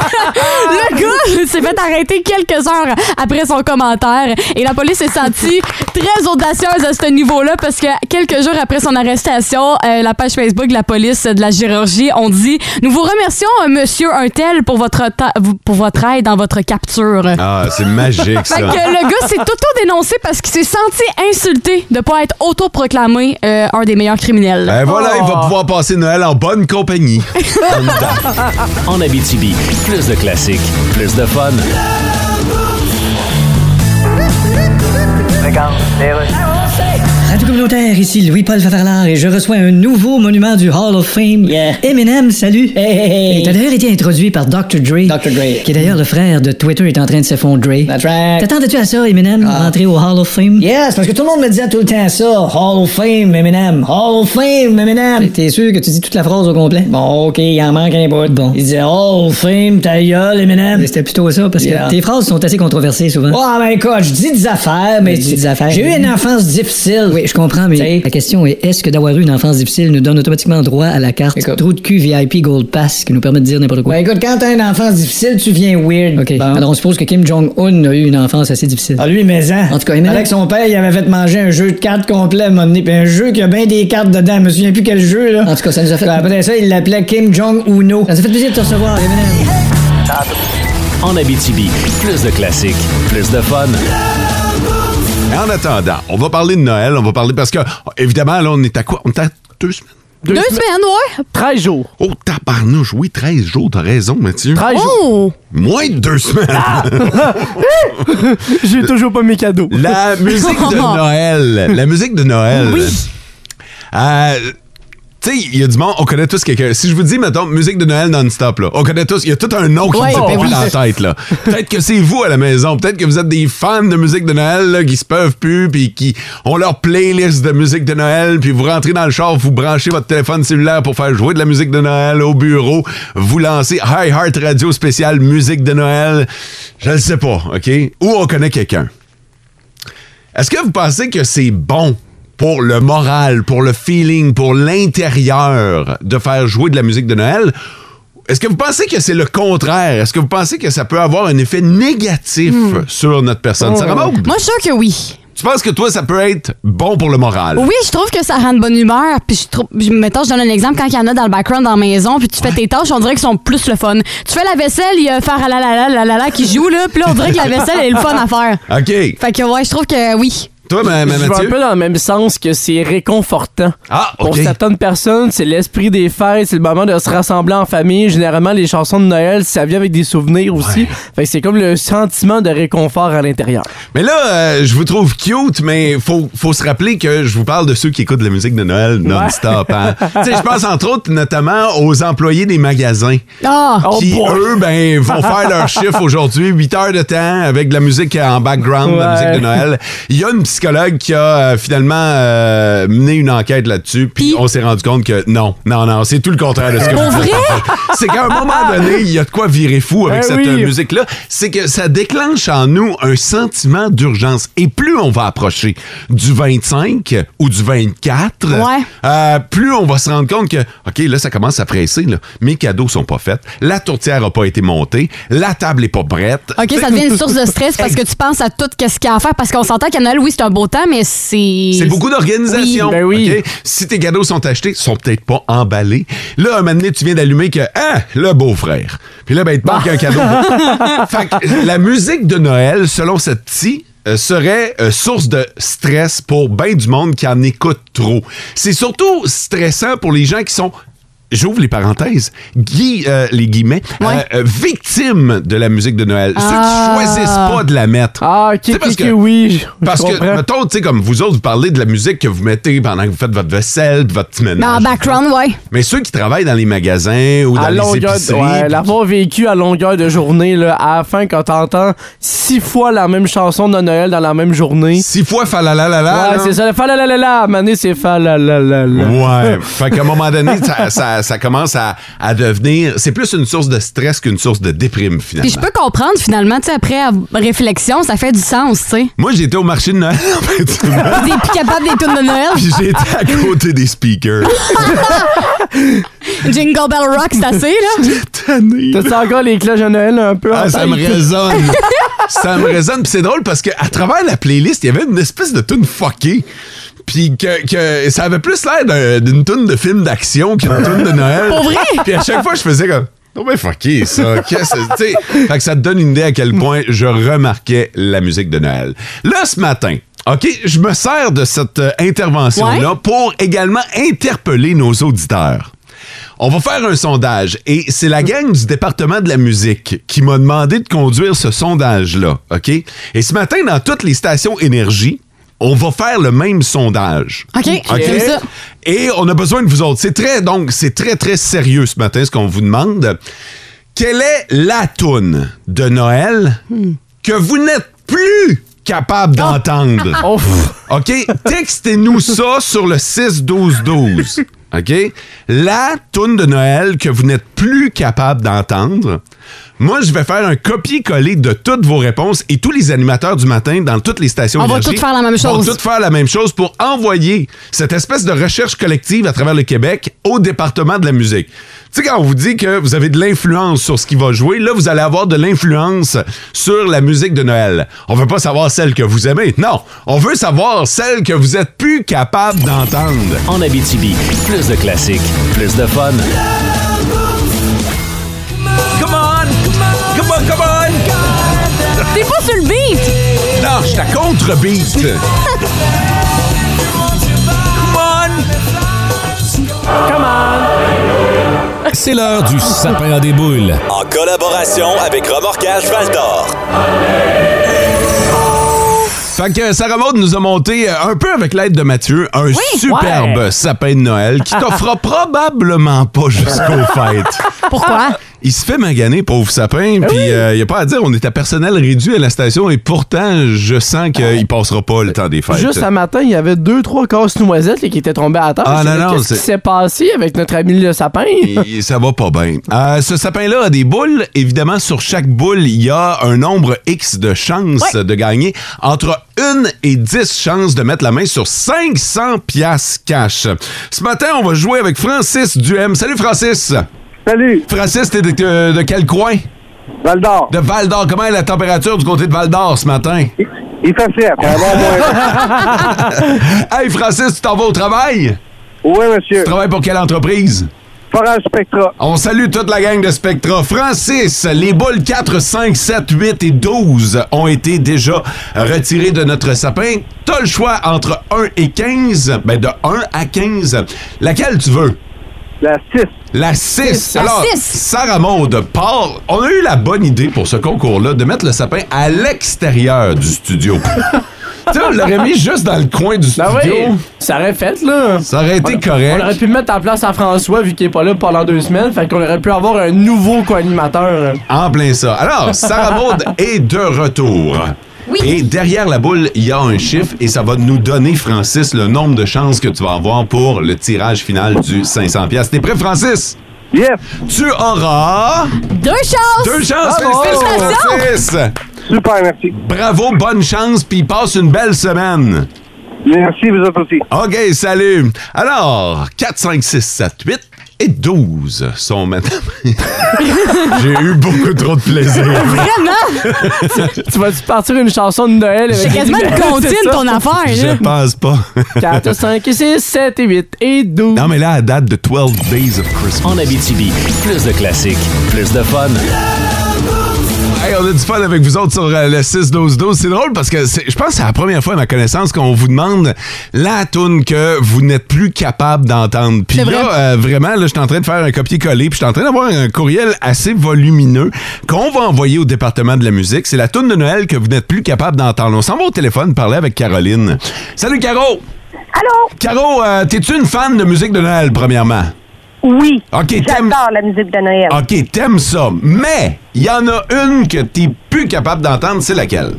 [LAUGHS] le gars [LAUGHS] s'est fait arrêter quelques heures après son commentaire. Et la police s'est sentie très audacieuse à ce niveau-là parce que quelques jours après son arrestation, euh, la page Facebook de la police de la chirurgie, on dit Nous vous remercions, euh, monsieur Untel, pour votre, ta- pour votre aide dans votre capture. Ah, c'est magique, ça. Fait que le gars s'est auto-dénoncé parce qu'il s'est senti insulté de ne pas être autoproclamé euh, un des meilleurs criminels. Ben voilà, il Oh! va pouvoir passer Noël en [LAUGHS] bonne compagnie. [LAUGHS] En Abitibi, plus de classiques, plus de fun. Radio communautaire, ici Louis-Paul Favarlard et je reçois un nouveau monument du Hall of Fame. Eminem, salut. Et t'as d'ailleurs été introduit par Dr. Dre. Qui est d'ailleurs le frère de Twitter est en train de s'effondrer. T'attendais-tu à ça, Eminem, rentrer au Hall of Fame? Ah. Yes, parce que tout le monde me disait tout le temps ça. Hall of Fame, Eminem. Hall of Fame, Eminem. T'es sûr que tu dis toute la phrase au complet? Bon, OK, il en manque un bout. Bon. Il disait Hall of Fame, ta gueule, Eminem. C'était plutôt ça, parce Yeah. que tes phrases sont assez controversées souvent. Ah, ben écoute, je dis des affaires, mais tu- J'ai eu une enfance difficile. Oui, je comprends, mais la question est est-ce que d'avoir eu une enfance difficile nous donne automatiquement droit à la carte trou de cul VIP Gold Pass qui nous permet de dire n'importe quoi? Ben, écoute, quand t'as une enfance difficile, tu viens weird. OK. Alors on suppose que Kim Jong-un a eu une enfance assez difficile. Ah, lui, mais En tout cas, Eminem. Avec son père, il avait fait manger un jeu de cartes complet à puis un jeu qui a bien des cartes dedans. Je me souviens plus quel jeu, là. En tout cas, ça nous a fait. Après ça, il l'appelait Kim Jong-uno. Ça nous a fait plaisir de te recevoir, Eminem. En Abitibi, plus de classiques, plus de fun. Mais en attendant, on va parler de Noël, on va parler parce que, évidemment, là, on est à quoi? On est à deux semaines? Deux, semaines, ouais. 13 jours. [LAUGHS] Oh, tabarnouche, oui, 13 jours, t'as raison, Mathieu. Oh! 13 jours. Ah! Moins de deux semaines. [LAUGHS] Euh, J'ai toujours pas mes cadeaux. [LAUGHS] La musique [LAUGHS] de Noël. La musique de Noël. Oui. Euh, tu sais, il y a du monde, on connaît tous quelqu'un. Si je vous dis, mettons, musique de Noël non-stop, là, on connaît tous, il y a tout un nom qui Ouais, nous est ben popé oui. dans la tête, là. Peut-être que c'est vous à la maison, peut-être que vous êtes des fans de musique de Noël, là, qui se peuvent plus, puis qui ont leur playlist de musique de Noël, puis vous rentrez dans le char, vous branchez votre téléphone cellulaire pour faire jouer de la musique de Noël au bureau, vous lancez High Heart Radio spécial musique de Noël, je le sais pas, OK? Ou on connaît quelqu'un. Est-ce que vous pensez que c'est bon pour le moral, pour le feeling, pour l'intérieur de faire jouer de la musique de Noël? Est-ce que vous pensez que c'est le contraire? Est-ce que vous pensez que ça peut avoir un effet négatif sur notre personne? Sarah Maud? Hmm. Oh. Moi, je suis sûre que oui. Tu penses que toi, ça peut être bon pour le moral? Oui, je trouve que ça rend de bonne humeur. Puis, je trouve, je- mettons, je donne un exemple quand il y en a dans le background dans la maison, puis tu fais tes tâches, on dirait qu'ils sont plus le fun. Tu fais la vaisselle, il y a faire la la la la la la qui joue, là, puis là, on dirait que la vaisselle, elle est le fun à faire. OK. Fait que, ouais, je trouve que oui. Toi, Je vais un peu dans le même sens que c'est réconfortant. Ah, Pour certaines personnes, c'est l'esprit des fêtes, c'est le moment de se rassembler en famille. Généralement, les chansons de Noël, ça vient avec des souvenirs aussi. Fait que c'est comme le sentiment de réconfort à l'intérieur. Mais là, euh, je vous trouve cute, mais faut, faut se rappeler que je vous parle de ceux qui écoutent de la musique de Noël [LAUGHS] non-stop. hein. Tu sais, je pense entre autres notamment aux employés des magasins. Ah! Oh qui, Oh, eux, ben, vont [LAUGHS] [LAUGHS] faire leur chiffre aujourd'hui, 8 heures de temps, avec de la musique euh, en background, de la Ouais. musique de Noël. Il y a une psychologue qui a euh, finalement euh, mené une enquête là-dessus, puis on s'est rendu compte que non, non, non, c'est tout le contraire de ce que Pour vous vrai? [LAUGHS] C'est qu'à un moment donné, il y a de quoi virer fou avec Ben Eh cette oui. euh, musique-là. C'est que ça déclenche en nous un sentiment d'urgence. Et plus on va approcher du 25 ou du 24, euh, plus on va se rendre compte que, OK, là, ça commence à presser. Là. Mes cadeaux sont pas faits. La tourtière n'a pas été montée. La table est pas prête. OK, ça devient une source de stress parce que tu penses à tout ce qu'il y a à faire. Parce qu'on s'entend qu'à Noël, oui, c'est un beau temps, mais c'est. C'est beaucoup d'organisation. Ben Ben Oui. OK? Si tes cadeaux sont achetés, ils sont peut-être pas emballés. Là, un moment donné, tu viens d'allumer que Ah, le beau-frère. Puis là, ben, il te [LAUGHS] manque un cadeau. fait que la musique de Noël, selon cette psy, euh, serait euh, source de stress pour bien du monde qui en écoute trop. C'est surtout stressant pour les gens qui sont. J'ouvre les parenthèses, gui- euh, les guillemets, euh, euh, victimes de la musique de Noël. Ah. Ceux qui choisissent pas de la mettre. Ah, Tu sais, ok, parce ok, que- oui. je- je parce que, comprends. mettons, tu sais, comme vous autres, vous parlez de la musique que vous mettez pendant que vous faites votre vaisselle, puis votre petit Mais ménage. en background, ouais. Mais ceux qui travaillent dans les magasins ou dans à les longueur de, épiceries, ouais, l'avoir vécu à longueur de journée là, à la fin quand t'entends six fois la même chanson de Noël dans la même journée six fois fa la la la ouais là. c'est ça le fa la la la la à un moment donné, c'est fa la la la la Ouais. fait qu'à un moment donné, ça, ça- ça commence à, à devenir. C'est plus une source de stress qu'une source de déprime, Puis finalement. je peux comprendre, finalement, tu sais, après euh, réflexion, ça fait du sens, tu sais. [LAUGHS] Moi, j'étais au marché de Noël. [LAUGHS] en fin de semaine, T'es plus capable des tunes de Noël. Puis j'étais à côté des speakers. Jingle Bell Rock, c'est assez, [LAUGHS] là. T'as-tu encore les cloches de Noël un peu en Ah, ça me tête? [LAUGHS] résonne. ça me résonne. Puis c'est drôle parce qu'à travers la playlist, il y avait une espèce de tune fuckée. Puis que, que ça avait plus l'air d'un- d'une toune de film d'action qu'une toune de Noël. Pour vrai? Puis à chaque fois, je faisais comme. Non, mais fucké, ça. Qu'est-ce que- tu sais, fait que ça te donne une idée à quel point je remarquais la musique de Noël. Là, ce matin, OK, je me sers de cette euh, intervention-là pour également interpeller nos auditeurs. On va faire un sondage et c'est la gang du département de la musique qui m'a demandé de conduire ce sondage-là, OK? Et ce matin, dans toutes les stations énergie, on va faire le même sondage. OK, j'aime ça. Et on a besoin de vous autres. C'est très, donc, c'est très, très sérieux ce matin, ce qu'on vous demande. Quelle est la toune de Noël que vous n'êtes plus capable d'entendre? OK? Textez-nous ça sur le 6-12-12. OK? La toune de Noël que vous n'êtes plus capable d'entendre. Moi, je vais faire un copier-coller de toutes vos réponses et tous les animateurs du matin dans toutes les stations On va énergie toutes faire la même vont chose. toutes faire la même chose pour envoyer cette espèce de recherche collective à travers le Québec au département de la musique. Tu sais, quand on vous dit que vous avez de l'influence sur ce qui va jouer, là, vous allez avoir de l'influence sur la musique de Noël. On veut pas savoir celle que vous aimez. Non, on veut savoir celle que vous êtes plus capable d'entendre. En Abitibi, plus de classiques, plus de fun. Come on! Come on, come on! T'es pas sur le beat! Non, je suis à contre-beat. C'est l'heure du sapin à des boules. En collaboration avec Remorquage Valdor. Fait que Sarah Maud nous a monté, euh, un peu avec l'aide de Mathieu, un superbe Ouais. sapin de Noël qui t'offra probablement pas jusqu'aux fêtes. Pourquoi? Ah. Il se fait maganer, pauvre sapin, puis euh, il n'y a pas à dire, on est à personnel réduit à la station et pourtant, je sens qu'il passera pas le temps des fêtes. Juste un matin, il y avait deux, trois casses noisettes là, qui étaient tombées à terre. Ah, Je me non, disais, non, Qu'est-ce qui c'est- s'est passé avec notre ami le sapin? [LAUGHS] Et ça va pas bien. Euh, ce sapin-là a des boules. Évidemment, sur chaque boule, il y a un nombre X de chances de gagner. Entre 1 et 10 chances de mettre la main sur 500 piastres cash. Ce matin, on va jouer avec Francis Duhem. Salut, Francis. Salut. Francis, t'es de, euh, de quel coin? Val d'Or. De Val d'Or. Comment est la température du côté de Val d'Or ce matin? Il fait frais. [LAUGHS] hey, Francis, tu t'en vas au travail? Oui, monsieur. Tu travailles pour quelle entreprise? Forage Spectra. On salue toute la gang de Spectra. Francis, les boules 4, 5, 7, 8 et 12 ont été déjà retirées de notre sapin. T'as le choix entre 1 et 15. Ben, de 1 à 15. Laquelle tu veux? La 6. La 6. La Alors, six. Sarah Maud, Paul, on a eu la bonne idée pour ce concours-là de mettre le sapin à l'extérieur du studio. tu sais, on l'aurait mis juste dans le coin du studio. Ben oui, ça aurait fait, là. Ça aurait été On correct. aurait pu mettre en place à François, vu qu'il est pas là pendant deux semaines. Fait qu'on aurait pu avoir un nouveau co-animateur. En plein ça. Alors, Sarah Maud est de retour. Et derrière la boule, il y a un chiffre et ça va nous donner, Francis, le nombre de chances que tu vas avoir pour le tirage final du 500$. piastres. T'es prêt, Francis? Yes! Tu auras... Deux chances! Deux chances! Félicitations, Francis! Super, merci. Bravo, bonne chance, puis passe une belle semaine. Merci, vous autres aussi. OK, salut. Alors, 4, 5, 6, 7, 8 et 12 sont maintenant... [LAUGHS] J'ai eu beaucoup trop de [LAUGHS] plaisir. [LAUGHS] Vraiment? tu, tu vas-tu partir une chanson de Noël? J'ai avec- quasiment une comptine, [LAUGHS] C'est ça. ton affaire, là. Je pense pas. 4, 5, 6, 7 et 8 et 12. Non, mais là, à date de 12 Days of Christmas. En Abitibi, plus de classiques, plus de fun. Hey, on a du fun avec vous autres sur euh, le 6-12-12. C'est drôle parce que c'est- je pense que c'est la première fois à ma connaissance qu'on vous demande la toune que vous n'êtes plus capable d'entendre. Puis là, C'est vrai. euh, vraiment, là, je suis en train de faire un copier-coller. Puis je suis en train d'avoir un courriel assez volumineux qu'on va envoyer au département de la musique. C'est la toune de Noël que vous n'êtes plus capable d'entendre. On s'en va au téléphone parler avec Caroline. Salut, Caro! Allô? Caro, euh, t'es-tu une fan de musique de Noël, premièrement? Oui. OK, t'aimes... J'adore la musique de Noël. OK, t'aimes ça, mais il y en a une que t'es plus capable d'entendre, c'est laquelle?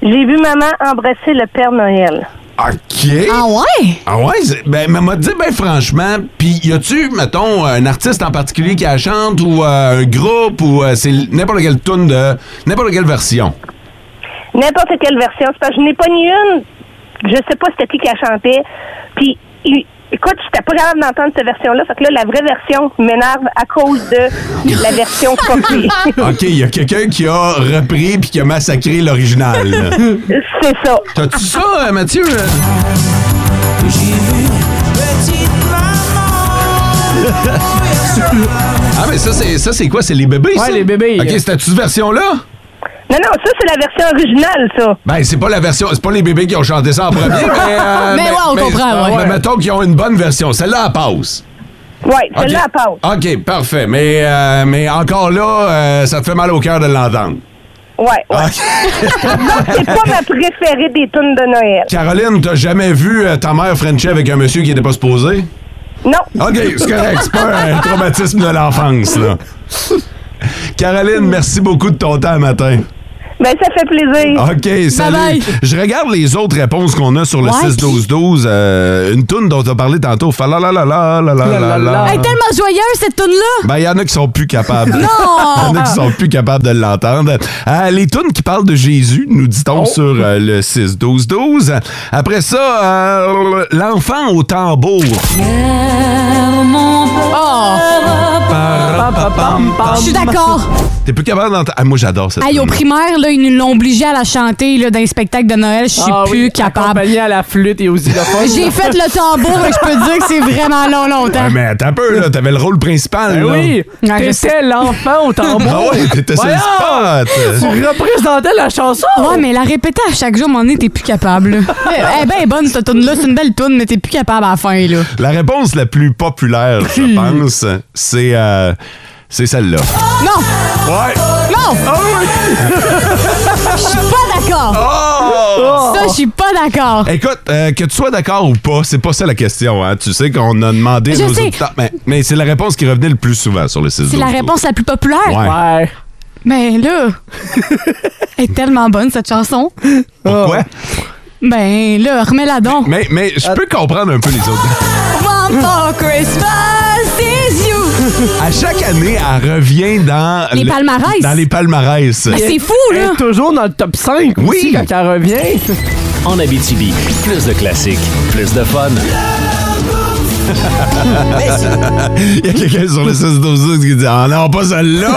J'ai vu maman embrasser le Père Noël. OK. Ah ouais? Ah ouais? c'est- Ben, mais m'a dit, ben franchement, puis y a-tu, mettons, un artiste en particulier qui la chante ou euh, un groupe ou euh, c'est n'importe quelle tune de... n'importe quelle version? N'importe quelle version. C'est parce que je n'ai pas ni une. Je sais pas c'était qui qui la chantait. Puis, il- écoute, j'étais pas capable d'entendre cette version-là. Fait que là, la vraie version m'énerve à cause de la [LAUGHS] version copiée. OK, il y a quelqu'un qui a repris puis [LAUGHS] qui a massacré l'original. là. C'est ça. T'as-tu ça, euh, Mathieu? J'ai vu petite maman. [LAUGHS] Ah, mais ça, c'est, ça, c'est quoi? C'est les bébés, ça? Ouais, les bébés. OK, c'était cette version-là? Non, non, ça, c'est la version [LAUGHS] originale, ça. Ben, c'est pas la version... C'est pas les bébés qui ont chanté ça en premier, mais... [LAUGHS] euh, Mais ouais, on comprend, ouais. Mais mettons qu'ils ont une bonne version. Celle-là, elle passe. Ouais, OK. celle-là, elle passe. OK, parfait. Mais, euh, mais encore là, euh, ça te fait mal au cœur de l'entendre. Ouais, ouais. Non, c'est pas ma préférée des tunes de Noël. Caroline, t'as jamais vu euh, ta mère Frenchie avec un monsieur qui était pas supposé? Non. OK, c'est correct. C'est pas un traumatisme de l'enfance, là. Caroline, merci beaucoup de ton temps matin. Ben, ça fait [LAUGHS] plaisir. OK, salut. Bye-bye. Je regarde les autres réponses qu'on a sur le Ouais, 6-12-12. Euh, une toune dont tu as parlé tantôt. Fa la la la la la Ah la la la. Elle est tellement joyeuse, cette toune-là. Ben, il y en a qui sont plus capables. Non! Il [LAUGHS] y en a qui sont plus capables de l'entendre. Euh, les tunes qui parlent de Jésus, nous dit-on sur euh, le 6-12-12. Après ça, euh, l'enfant au tambour. Oh. Je suis d'accord. T'es plus capable d'entendre. Ah, moi, j'adore cette Aïe, au tune-là. primaire, là, ils nous l'ont obligé à la chanter là, dans les spectacles de Noël. Je suis Ah plus oui, capable. à la flûte et aux xylophones. J'ai fait le tambour et je peux te dire que c'est vraiment long, longtemps. Ouais, mais attends un peu, là. T'avais le rôle principal, Ben là. oui, Ah, je sais. t'étais l'enfant au tambour. Ah [LAUGHS] ouais, t'étais sur le Voyons! spot. Tu représentais la chanson. Ouais, mais la répéter à chaque jour, mon nez, t'es plus capable. [LAUGHS] là. Eh eh ben, bonne, cette toune-là, c'est une belle toune, mais t'es plus capable à la fin, là. La réponse la plus populaire, [LAUGHS] je pense, c'est euh, c'est celle-là. Non! Ouais! Non! Ah Je suis pas d'accord! Oh! Ça, je suis pas d'accord. Écoute, euh, que tu sois d'accord ou pas, c'est pas ça la question. Hein? Tu sais qu'on a demandé à Je nos sais. auditeurs- Mais, mais c'est la réponse qui revenait le plus souvent sur le 6 C'est la réponse la plus populaire. Ouais. Mais [LAUGHS] là, elle est tellement bonne, cette chanson. Pourquoi? Ah. Ben là, remets-la donc. Mais, mais je Euh. peux comprendre un peu les autres. One for Christmas is you. À chaque année, elle revient dans... Les le- palmarès. Dans les palmarès. Ah, là! Elle est toujours dans le top 5 oui. aussi quand elle revient. En Abitibi, plus de classiques, plus de fun. [LAUGHS] Il y a quelqu'un sur le 6 qui dit Ah non, pas celle-là!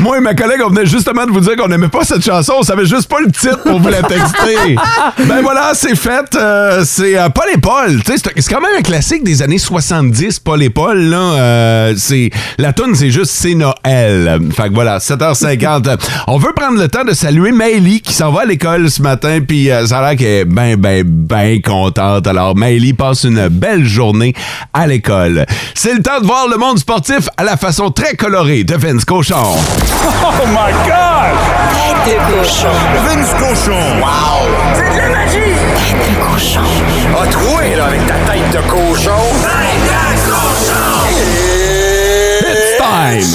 Moi et ma collègue, on venait justement de vous dire qu'on n'aimait pas cette chanson, on savait juste pas le titre [LAUGHS] pour vous la texter. ben voilà, c'est fait. Euh, c'est euh, Paul et Paul. Tu sais, C'est c'est quand même un classique des années 70, Paul et Paul. Là, Euh, c'est- la toune, c'est juste C'est Noël. Fait que voilà, 7h50. On veut prendre le temps de saluer Maëlie qui s'en va à l'école ce matin, puis euh, ça a l'air qu'elle est ben, ben, ben contente. Alors, Maëlie passe une belle journée à l'école. C'est le temps de voir le monde sportif à la façon très colorée de Vince Cochon. Oh my god! Tête de cochon. Vince cochon. Wow! C'est de la magie! Tête de cochon. A troué, là, avec ta tête de cochon. Tête de cochon! It's time!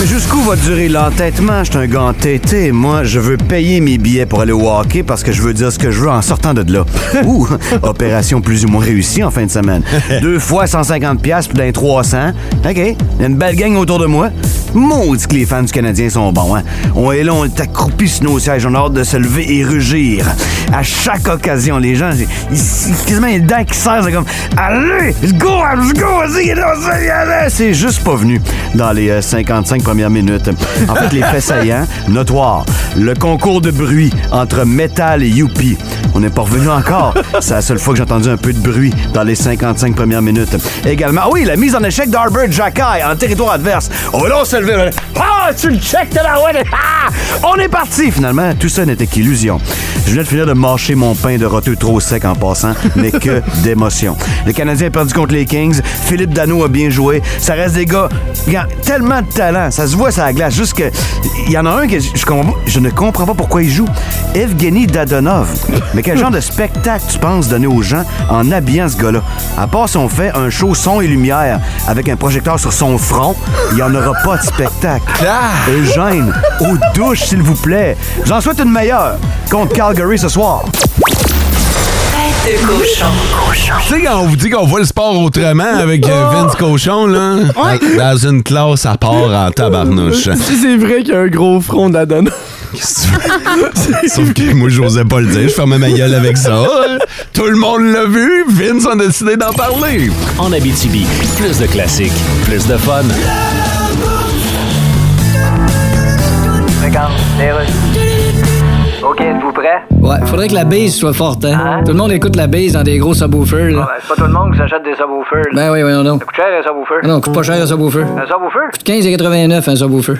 Mais Jusqu'où va durer l'entêtement? Je suis un gars entêté. Moi, je veux payer mes billets pour aller au hockey parce que je veux dire ce que je veux en sortant de là. Ouh! Opération plus ou moins réussie en fin de semaine. Deux fois 150 piastres, puis d'un 300. OK. Il y a une belle gang autour de moi. Maudit que les fans du Canadien sont bons, hein? On est là, on est accroupis sur nos sièges. On a hâte de se lever et rugir. À chaque occasion, les gens, ils- ils- quasiment les dents qui serrent, c'est comme « Allez! Go! Let's go! Vas-y! Vas-y! Allez! » C'est juste pas venu dans les euh, 55 premières minutes. En fait, les faits saillants, notoires. Le concours de bruit entre métal et youpi. On n'est pas revenu encore. C'est la seule fois que j'ai entendu un peu de bruit dans les 55 premières minutes. Également, ah oui, la mise en échec d'Arbert Jackay en territoire adverse. Oh là, on s'est levé. là. Ah, tu le check de la ouais, ah! On est parti! Finalement, tout ça n'était qu'illusion. Je venais de finir de mâcher mon pain de roteux trop sec en passant, mais que d'émotion. Le Canadien a perdu contre les Kings. Philippe Dano a bien joué. Ça reste des gars regarde, tellement de talent. Ça se voit sur la glace. Juste que il y en a un que je, je comprends pas- je ne comprends pas pourquoi il joue. Evgeny Dadonov. Mais quel genre de spectacle tu penses donner aux gens en habillant ce gars-là? À part si on fait un show son et lumière avec un projecteur sur son front, il n'y en aura pas de spectacle. Eugène, aux douches, s'il vous plaît. J'en souhaite une meilleure contre Calgary ce soir. Tête de cochon. Tu sais, quand on vous dit qu'on voit le sport autrement avec euh, Vince Cochon, là, dans dans une classe à part en tabarnouche. Euh, Si [LAUGHS] c'est vrai qu'il y a un gros front d'Adonna. [LAUGHS] Sauf que moi, j'osais pas le dire. Je fermais ma gueule avec ça. Tout le monde l'a vu. Vince en a décidé d'en parler. En Abitibi, plus de classiques, plus de fun. Regarde, les Russes. OK, êtes-vous prêt? Ouais, faudrait que la base soit forte, hein? Tout le monde écoute la base dans des gros subwoofers, là. Ouais, c'est pas tout le monde qui s'achète des subwoofers. Ben oui, voyons donc. Ça coûte cher, un subwoofer. Ah Non, coûte pas cher un subwoofer. Un subwoofer? Coûte 15,89 un subwoofer.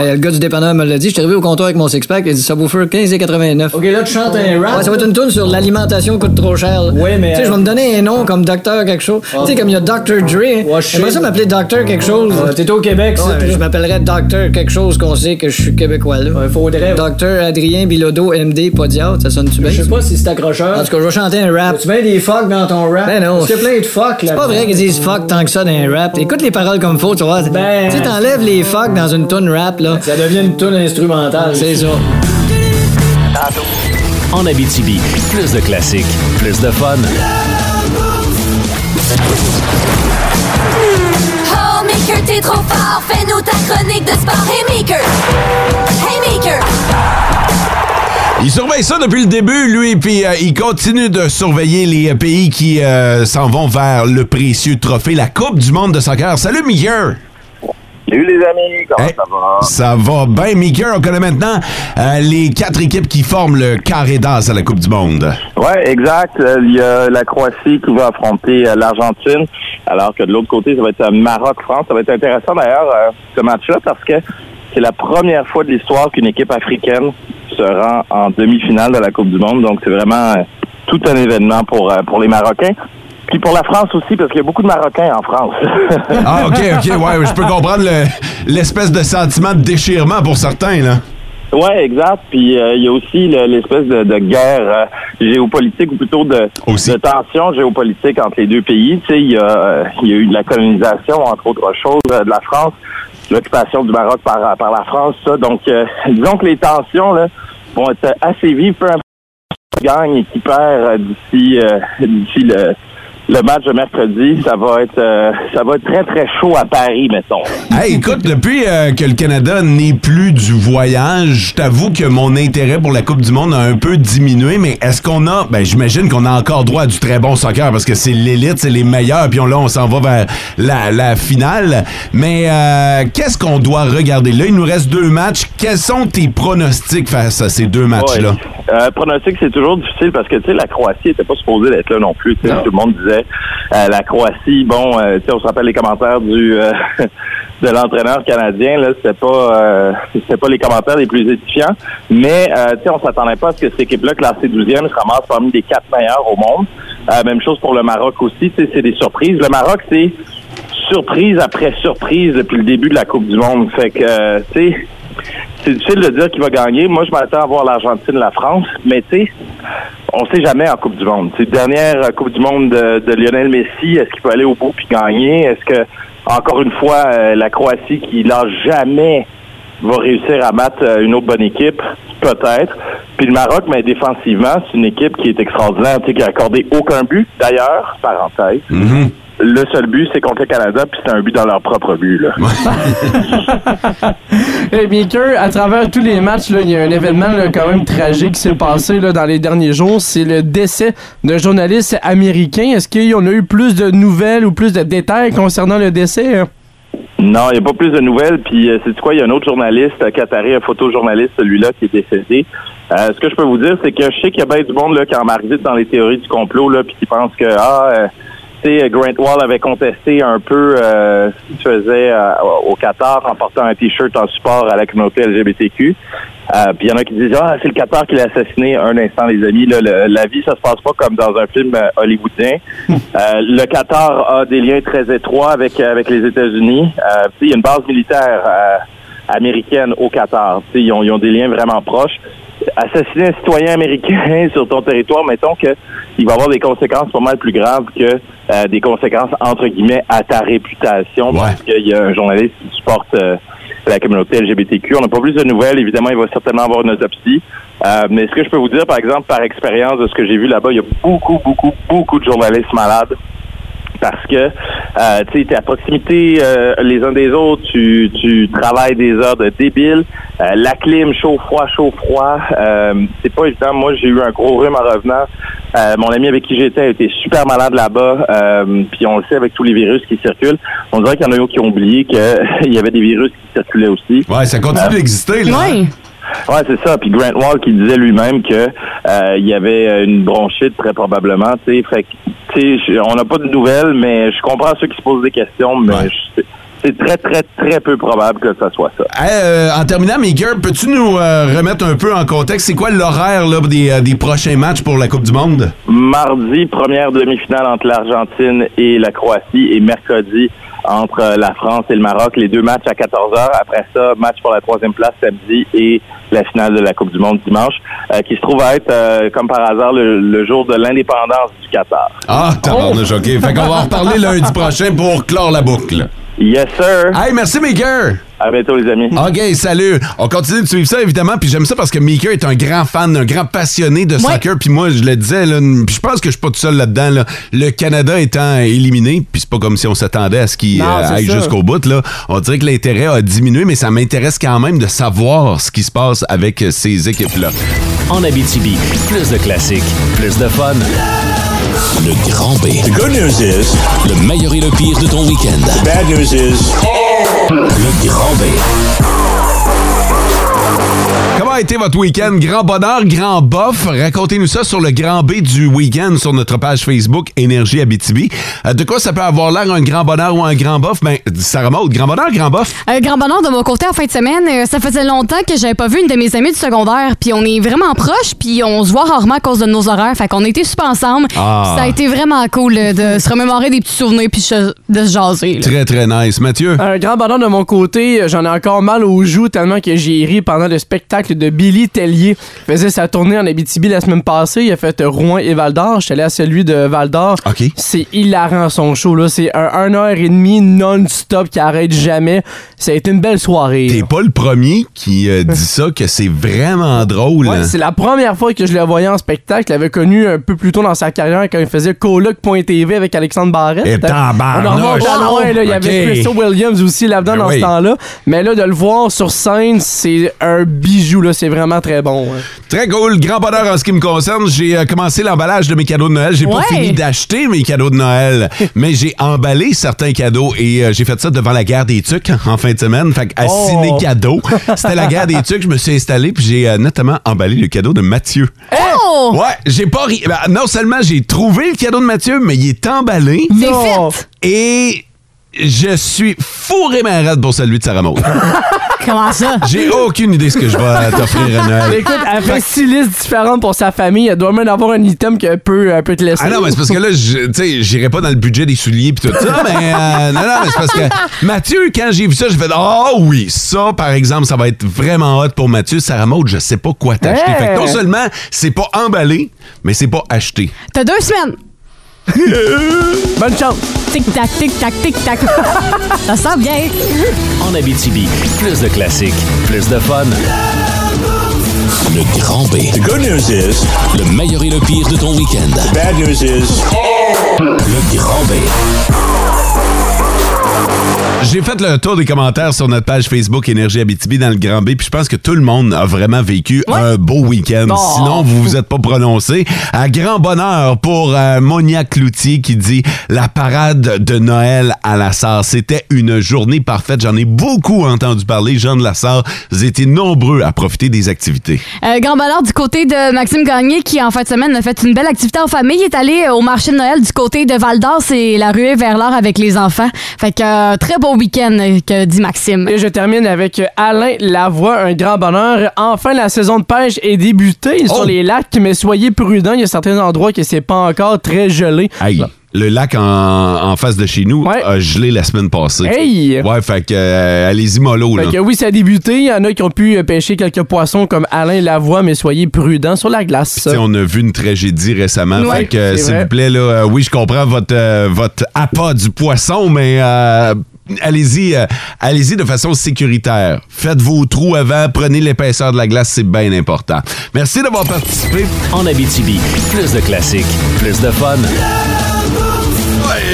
Eh, le gars du dépanneur me l'a dit, je suis arrivé au comptoir avec mon six-pack, il dit subwoofer 15,89. Ok, là, tu chantes un rap. Ouais, ça va être une tune sur l'alimentation coûte trop cher, là. Ouais, mais, Tu sais, je vais euh, me donner un nom comme docteur quelque chose. Ah. Tu sais, comme il y a Dr. Dre. Ouais, je sais. J'aimerais ça m'appeler Docteur quelque chose. Ouais, Euh, t'es au Québec, ça, Ouais, toi. Je m'appellerais Docteur quelque chose qu'on sait que je suis québécois, là. faudrait. Docteur Adrien Bilodeau, MD, Podiatre, ça sonne-tu bien? Je sais pas si c'est accrocheur. En tout cas, je vais chanter un rap. Tu mets des fuck dans ton rap? Ben non. Parce qu'il y a plein de fuck, C'est pas là-dedans. vrai qu'ils disent fuck tant que ça dans un rap. Écoute les paroles comme faut, tu vois. Ben. Tu sais, t'enlèves les fuck dans une tune rap, là. Ça devient une tune instrumentale. C'est ça. En Abitibi, plus de classiques, plus de fun. Oh, Maker, t'es trop fort. Fais-nous ta chronique de sport. Hey, Maker. Hey, Maker. Il surveille ça depuis le début, lui, puis euh, il continue de surveiller les euh, pays qui euh, s'en vont vers le précieux trophée, la Coupe du monde de soccer. Salut, Miguel! Salut les amis, comment ça va? Ça va bien, Miguel. On connaît maintenant euh, les quatre équipes qui forment le carré d'as à la Coupe du monde. Ouais, exact. Euh, Il y a la Croatie qui va affronter euh, l'Argentine, alors que de l'autre côté, ça va être euh, Maroc-France. Ça va être intéressant d'ailleurs euh, ce match-là parce que c'est la première fois de l'histoire qu'une équipe africaine se rend en demi-finale de la Coupe du Monde. Donc c'est vraiment euh, tout un événement pour euh, pour les Marocains. Puis pour la France aussi, parce qu'il y a beaucoup de Marocains en France. Ah, OK, OK, ouais, je [LAUGHS] peux comprendre le- l'espèce de sentiment de déchirement pour certains, là. Ouais, exact. Puis euh, il y a aussi le- l'espèce de, de guerre euh, géopolitique ou plutôt de, de tension géopolitique entre les deux pays. Tu sais, il y, a, euh, il y a eu de la colonisation, entre autres choses, euh, de la France, l'occupation du Maroc par, par la France, ça. Donc, euh, [LAUGHS] disons que les tensions là, vont être assez vives, peu importe qui gagne et qui perd euh, d'ici euh, d'ici le, le match de mercredi. Ça va être euh, ça va être très très chaud à Paris, mettons. Hey, écoute, depuis euh, que le Canada n'est plus du voyage, je t'avoue que mon intérêt pour la Coupe du Monde a un peu diminué, mais est-ce qu'on a, ben j'imagine qu'on a encore droit à du très bon soccer parce que c'est l'élite, c'est les meilleurs, puis on, là on s'en va vers la, la finale. Mais euh, qu'est-ce qu'on doit regarder? Là, il nous reste deux matchs. Quels sont tes pronostics face à ces deux matchs-là? Ouais. Euh, pronostic, c'est toujours difficile parce que tu sais, la Croatie était pas supposée d'être là non plus. tu sais. Tout le monde disait euh, la Croatie, bon, euh, tu sais, on se rappelle les commentaires du euh, [LAUGHS] de l'entraîneur canadien, là, c'était pas euh, c'était pas les commentaires les plus édifiants. Mais euh, tu sais, on s'attendait pas à ce que cette équipe-là, classée 12e, se ramasse parmi les quatre meilleurs au monde. Euh, même chose pour le Maroc aussi, tu sais, c'est des surprises. Le Maroc, c'est surprise après surprise depuis le début de la Coupe du Monde. Fait que, euh, tu sais, c'est difficile de dire qui va gagner. Moi, je m'attends à voir l'Argentine, la France, mais tu sais, on sait jamais en Coupe du Monde. C'est dernière euh, Coupe du Monde de, de Lionel Messi. Est-ce qu'il peut aller au bout puis gagner? Est-ce que, encore une fois, euh, la Croatie qui lâche jamais va réussir à battre euh, une autre bonne équipe? Peut-être. Puis le Maroc, mais défensivement, c'est une équipe qui est extraordinaire, tu sais, qui a accordé aucun but. D'ailleurs, parenthèse, le seul but, c'est contre le Canada, puis c'est un but dans leur propre but. Là. Hey, Maker, Eh à travers tous les matchs, là, il y a un événement là, quand même tragique qui s'est passé là, dans les derniers jours. C'est le décès d'un journaliste américain. Est-ce qu'on a eu plus de nouvelles ou plus de détails concernant le décès? hein? Non, il n'y a pas plus de nouvelles. Puis, euh, c'est quoi, il y a un autre journaliste, euh, Qatari, un photojournaliste, celui-là, qui est décédé. Euh, ce que je peux vous dire, c'est que je sais qu'il y a bien du monde là, qui en marque vite dans les théories du complot, là, puis qui pense que, ah, euh, tu sais, Grant Wall avait contesté un peu euh, ce qu'il faisait euh, au Qatar en portant un T-shirt en support à la communauté LGBTQ. Euh, puis il y en a qui disent Ah, c'est le Qatar qui l'a assassiné. Un instant, les amis, là, le- la vie, ça se passe pas comme dans un film euh, hollywoodien. Euh, le Qatar a des liens très étroits avec, euh, avec les États-Unis. Euh, puis il y a une base militaire euh, américaine au Qatar. Tu sais, Ils ont, ils ont des liens vraiment proches. Assassiner un citoyen américain [LAUGHS] sur ton territoire, mettons que il va avoir des conséquences pas mal plus graves que euh, des conséquences entre guillemets à ta réputation parce qu'il y a un journaliste qui supporte euh, la communauté LGBTQ. On n'a pas plus de nouvelles. Évidemment, il va certainement avoir une autopsie. Euh, mais ce que je peux vous dire, par exemple, par expérience de ce que j'ai vu là-bas, il y a beaucoup, beaucoup, beaucoup de journalistes malades parce que euh, tu es à proximité euh, les uns des autres, tu, tu travailles des heures de débile, Euh, la clim, chaud, froid, chaud, froid, euh, c'est pas évident. Moi, j'ai eu un gros rhume en revenant. Euh, mon ami avec qui j'étais était super malade là-bas, Euh, puis on le sait avec tous les virus qui circulent. On [LAUGHS] dirait qu'il y en a eu qui ont oublié qu'il y avait des virus qui circulaient aussi. Euh, Ouais, ça continue d'exister, là. Oui. Ouais, c'est ça. Puis Grant Wall qui disait lui-même que euh, il y avait une bronchite très probablement. Tu sais, fait que, tu sais, je- on n'a pas de nouvelles, mais je comprends ceux qui se posent des questions, mais je- c'est très très très peu probable que ça soit ça. Hey, euh, en terminant, Maker, peux-tu nous euh, remettre un peu en contexte? C'est quoi l'horaire là, des, euh, des prochains matchs pour la Coupe du Monde? Mardi, première demi-finale entre l'Argentine et la Croatie et mercredi entre euh, la France et le Maroc. Les deux matchs à 14h. Après ça, match pour la troisième place samedi et la finale de la Coupe du Monde dimanche, euh, qui se trouve à être, euh, comme par hasard, le, le jour de l'indépendance du Qatar. Ah, tabarnouche, OK. Fait qu'on va en reparler lundi prochain pour clore la boucle. Yes, sir. Hey, merci, Maker. À bientôt, les amis. OK, salut. On continue de suivre ça, évidemment. Puis j'aime ça parce que Maker est un grand fan, un grand passionné de soccer. Puis moi, je le disais, là, n- puis je pense que je suis pas tout seul là-dedans. là. Le Canada étant éliminé, puis c'est pas comme si on s'attendait à ce qu'il Non, euh, c'est aille ça. jusqu'au bout. Là. On dirait que l'intérêt a diminué, mais ça m'intéresse quand même de savoir ce qui se passe avec euh, ces équipes-là. En Abitibi, plus de classiques, plus de fun. Le grand B. The good news is... Le meilleur et le pire de ton week-end. The bad news is... Le grand B. Comment a été votre week-end? Grand bonheur, grand bof. Racontez-nous ça sur le grand B du week-end sur notre page Facebook Énergie Abitibi. Euh, de quoi ça peut avoir l'air un grand bonheur ou un grand bof? Ben, Sarah Maud, grand bonheur, grand bof? Un Euh, grand bonheur de mon côté en fin de semaine. Euh, ça faisait longtemps que j'avais pas vu une de mes amies du secondaire. Puis on est vraiment proches, puis on se voit rarement à cause de nos horaires. Fait qu'on était super ensemble. Ah. Ça a été vraiment cool euh, de se remémorer des petits souvenirs puis se- de se jaser. là. Très, très nice. Mathieu? [LAUGHS] Un grand bonheur de mon côté, euh, j'en ai encore mal aux joues tellement que j'ai ri pendant le spectacle de Billy Tellier. Il faisait sa tournée en Abitibi la semaine passée, il a fait euh, Rouen et Val d'Or, je suis allé à celui de Val d'Or. C'est hilarant son show là, c'est un 1h30 non-stop qui arrête jamais. Ça a été une belle soirée. T'es pas le premier qui euh, dit ça, que c'est vraiment drôle. Ouais, hein? c'est la première fois que je le voyais en spectacle. Je l'avais connu un peu plus tôt dans sa carrière quand il faisait coloc.tv avec Alexandre Barrette. Et Eh, tabarnouche! Ah, On en remonte à loin, là. Il y Ok. avait Crystal Williams aussi là-dedans Ben dans oui. ce temps-là. Mais là, de le voir sur scène, c'est un bijou, là. C'est vraiment très bon. hein. Très cool. Grand bonheur en ce qui me concerne. J'ai euh, commencé l'emballage de mes cadeaux de Noël. J'ai pas Ouais. fini d'acheter mes cadeaux [LAUGHS] de Noël, mais j'ai emballé certains cadeaux et euh, j'ai fait ça devant la guerre des tucs en fin de semaine. Fait que à Oh. ciné cadeau, c'était la [LAUGHS] guerre des tucs. Je me suis installé puis j'ai euh, notamment emballé le cadeau de Mathieu. Oh! Ouais, j'ai pas ri. ben, non seulement j'ai trouvé le cadeau de Mathieu, mais il est emballé. Non. Et je suis fourré malade pour celui de Sarah Maud. Comment ça? J'ai aucune idée ce que je vais euh, t'offrir à [LAUGHS] Noël. Ah, Ben, Écoute, elle fait six listes différentes pour sa famille. Elle doit même avoir un item qu'elle peut, elle peut te laisser. Ah non, mais c'est parce que là, je- tu sais, j'irai pas dans le budget des souliers puis tout ça, mais euh, non, non, mais c'est parce que Mathieu, quand j'ai vu ça, j'ai fait Ah oui, ça, par exemple, ça va être vraiment hot pour Mathieu. Sarah Maud, je sais pas quoi t'acheter. Hey! Fait que non seulement c'est pas emballé, mais c'est pas acheté. T'as deux semaines. [LAUGHS] Bonne chance. Tic-tac, tic-tac, [LAUGHS] tic-tac. ça sent bien. En Abitibi, plus de classiques, plus de fun. Le grand B. The good news is... Le meilleur et le pire de ton week-end. The bad news is... Le grand B. J'ai fait le tour des commentaires sur notre page Facebook Énergie Abitibi dans le Grand B, puis je pense que tout le monde a vraiment vécu un beau week-end. Oh. Sinon, vous vous êtes pas prononcé. À grand bonheur pour euh, Monia Cloutier qui dit la parade de Noël à la Sarre. C'était une journée parfaite. J'en ai beaucoup entendu parler. Jean de la Sarre, vous étiez nombreux à profiter des activités. Euh, grand bonheur du côté de Maxime Gagné qui, en fin de semaine, a fait une belle activité en famille. Il est allé euh, au marché de Noël du côté de Val d'Or. C'est la ruée vers l'or avec les enfants. Fait que euh, très beau week-end euh, que dit Maxime. Et je termine avec Alain Lavoie, un grand bonheur. Enfin, la saison de pêche est débutée Oh! sur les lacs, mais soyez prudents. Il y a certains endroits que c'est pas encore très gelé. Hey, le lac en, en face de chez nous a gelé la semaine passée. Hey! Ouais, fait que euh, allez-y mollo, Fait là. que oui, ça a débuté. Il y en a qui ont pu euh, pêcher quelques poissons comme Alain Lavoie, mais soyez prudents sur la glace. Tu sais, on a vu une tragédie récemment. Ouais, fait que, euh, c'est s'il vrai. vous plaît, là, euh, oui, je comprends votre, euh, votre appât du poisson, mais euh, allez-y euh, allez-y de façon sécuritaire. Faites vos trous avant, prenez l'épaisseur de la glace, c'est bien important. Merci d'avoir participé. En Abitibi, plus de classiques, plus de fun.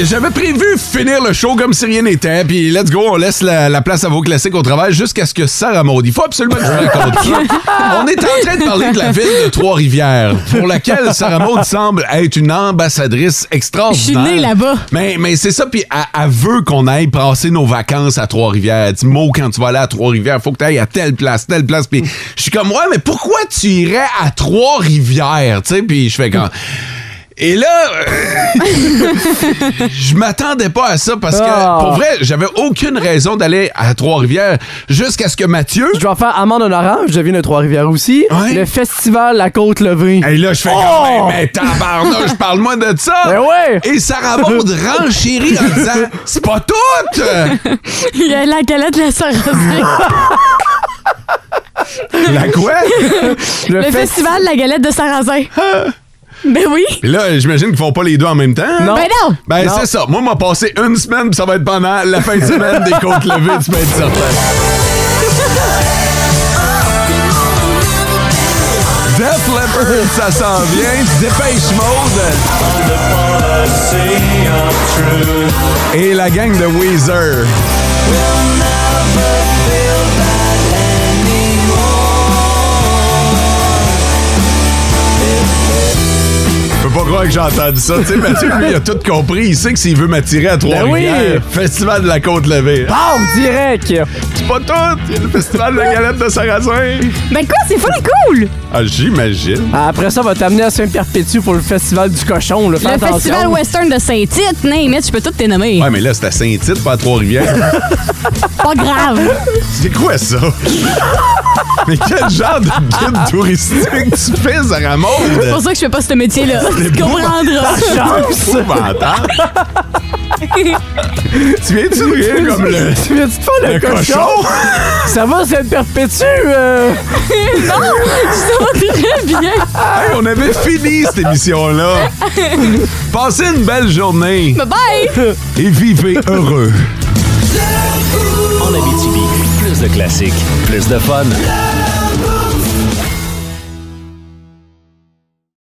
j'avais prévu finir le show comme si rien n'était, puis let's go, on laisse la, la place à vos classiques au travail jusqu'à ce que Sarah Maud. Il faut absolument que je vous raconte [LAUGHS] [LAUGHS] Ah! ça. On est en train de parler de la ville de Trois-Rivières, pour laquelle Sarah Maud semble être une ambassadrice extraordinaire. Je suis née là-bas. Mais, mais c'est ça, puis elle, elle veut qu'on aille passer nos vacances à Trois-Rivières. Elle dit, Mo, quand tu vas aller à Trois-Rivières, faut que tu ailles à telle place, telle place. Puis je suis comme, ouais, mais pourquoi tu irais à Trois-Rivières? Tu sais, puis je fais quand. Et là, euh, [LAUGHS] je m'attendais pas à ça parce que, Ah. pour vrai, j'avais aucune raison d'aller à Trois-Rivières jusqu'à ce que Mathieu. Je dois faire amende honorable, je viens de Trois-Rivières aussi. Le festival La Côte Levée. Oh! Et là, je fais Oh! quand même, mais tabarnouche, parle-moi de ça! Ah! Ben Et Sarah Maud renchérit en disant, [LAUGHS] c'est pas tout! [LAUGHS] Il y a la galette de la Sarrazin. La quoi? Le, festival de la galette de Sarrazin. ben oui. Puis là, j'imagine qu'ils font pas les deux en même temps. Non. Ben non. Ben Non. c'est ça. Moi, m'a passé une semaine, puis ça va être pendant la fin de semaine des côtes levées, tu peux être certain. Def Leppard, ça s'en vient. Dépêche Mode. Et la gang de Weezer. Je peux pas croire que j'ai entendu ça. Tu sais, Mathieu, lui, il a tout compris. Il sait que s'il veut m'attirer à Trois-Rivières, Festival de la Côte-Levée. Bam, direct! C'est pas tout! Il y a le Festival de la Galette de Sarrazin. Ben quoi, c'est full cool! Ah, j'imagine. Après ça, on va t'amener à Saint-Perpétue pour le festival du cochon. Là. Fais Le attention. festival western de Saint-Tite, name it, je peux tout t'énommer. Ouais, Ah, mais là, c'est à Saint-Tite, pas à Trois-Rivières. Pas grave. C'est quoi ça? mais quel genre de guide touristique tu fais, Sarah Maud? C'est pour ça que je fais pas ce métier-là. Oh, ben. C'est Tu beau. comprendras. C'est épouvantable. Tu viens-tu de [LAUGHS] rire comme le. Tu viens-tu de faire le, le cochon? cochon? ça va, Sainte-Perpétue? euh? non, ça va très bien. Hey, on avait fini [LAUGHS] cette émission-là. Passez une belle journée. Bye bye. Et vivez heureux. En Abitibi, plus de classiques, plus de fun.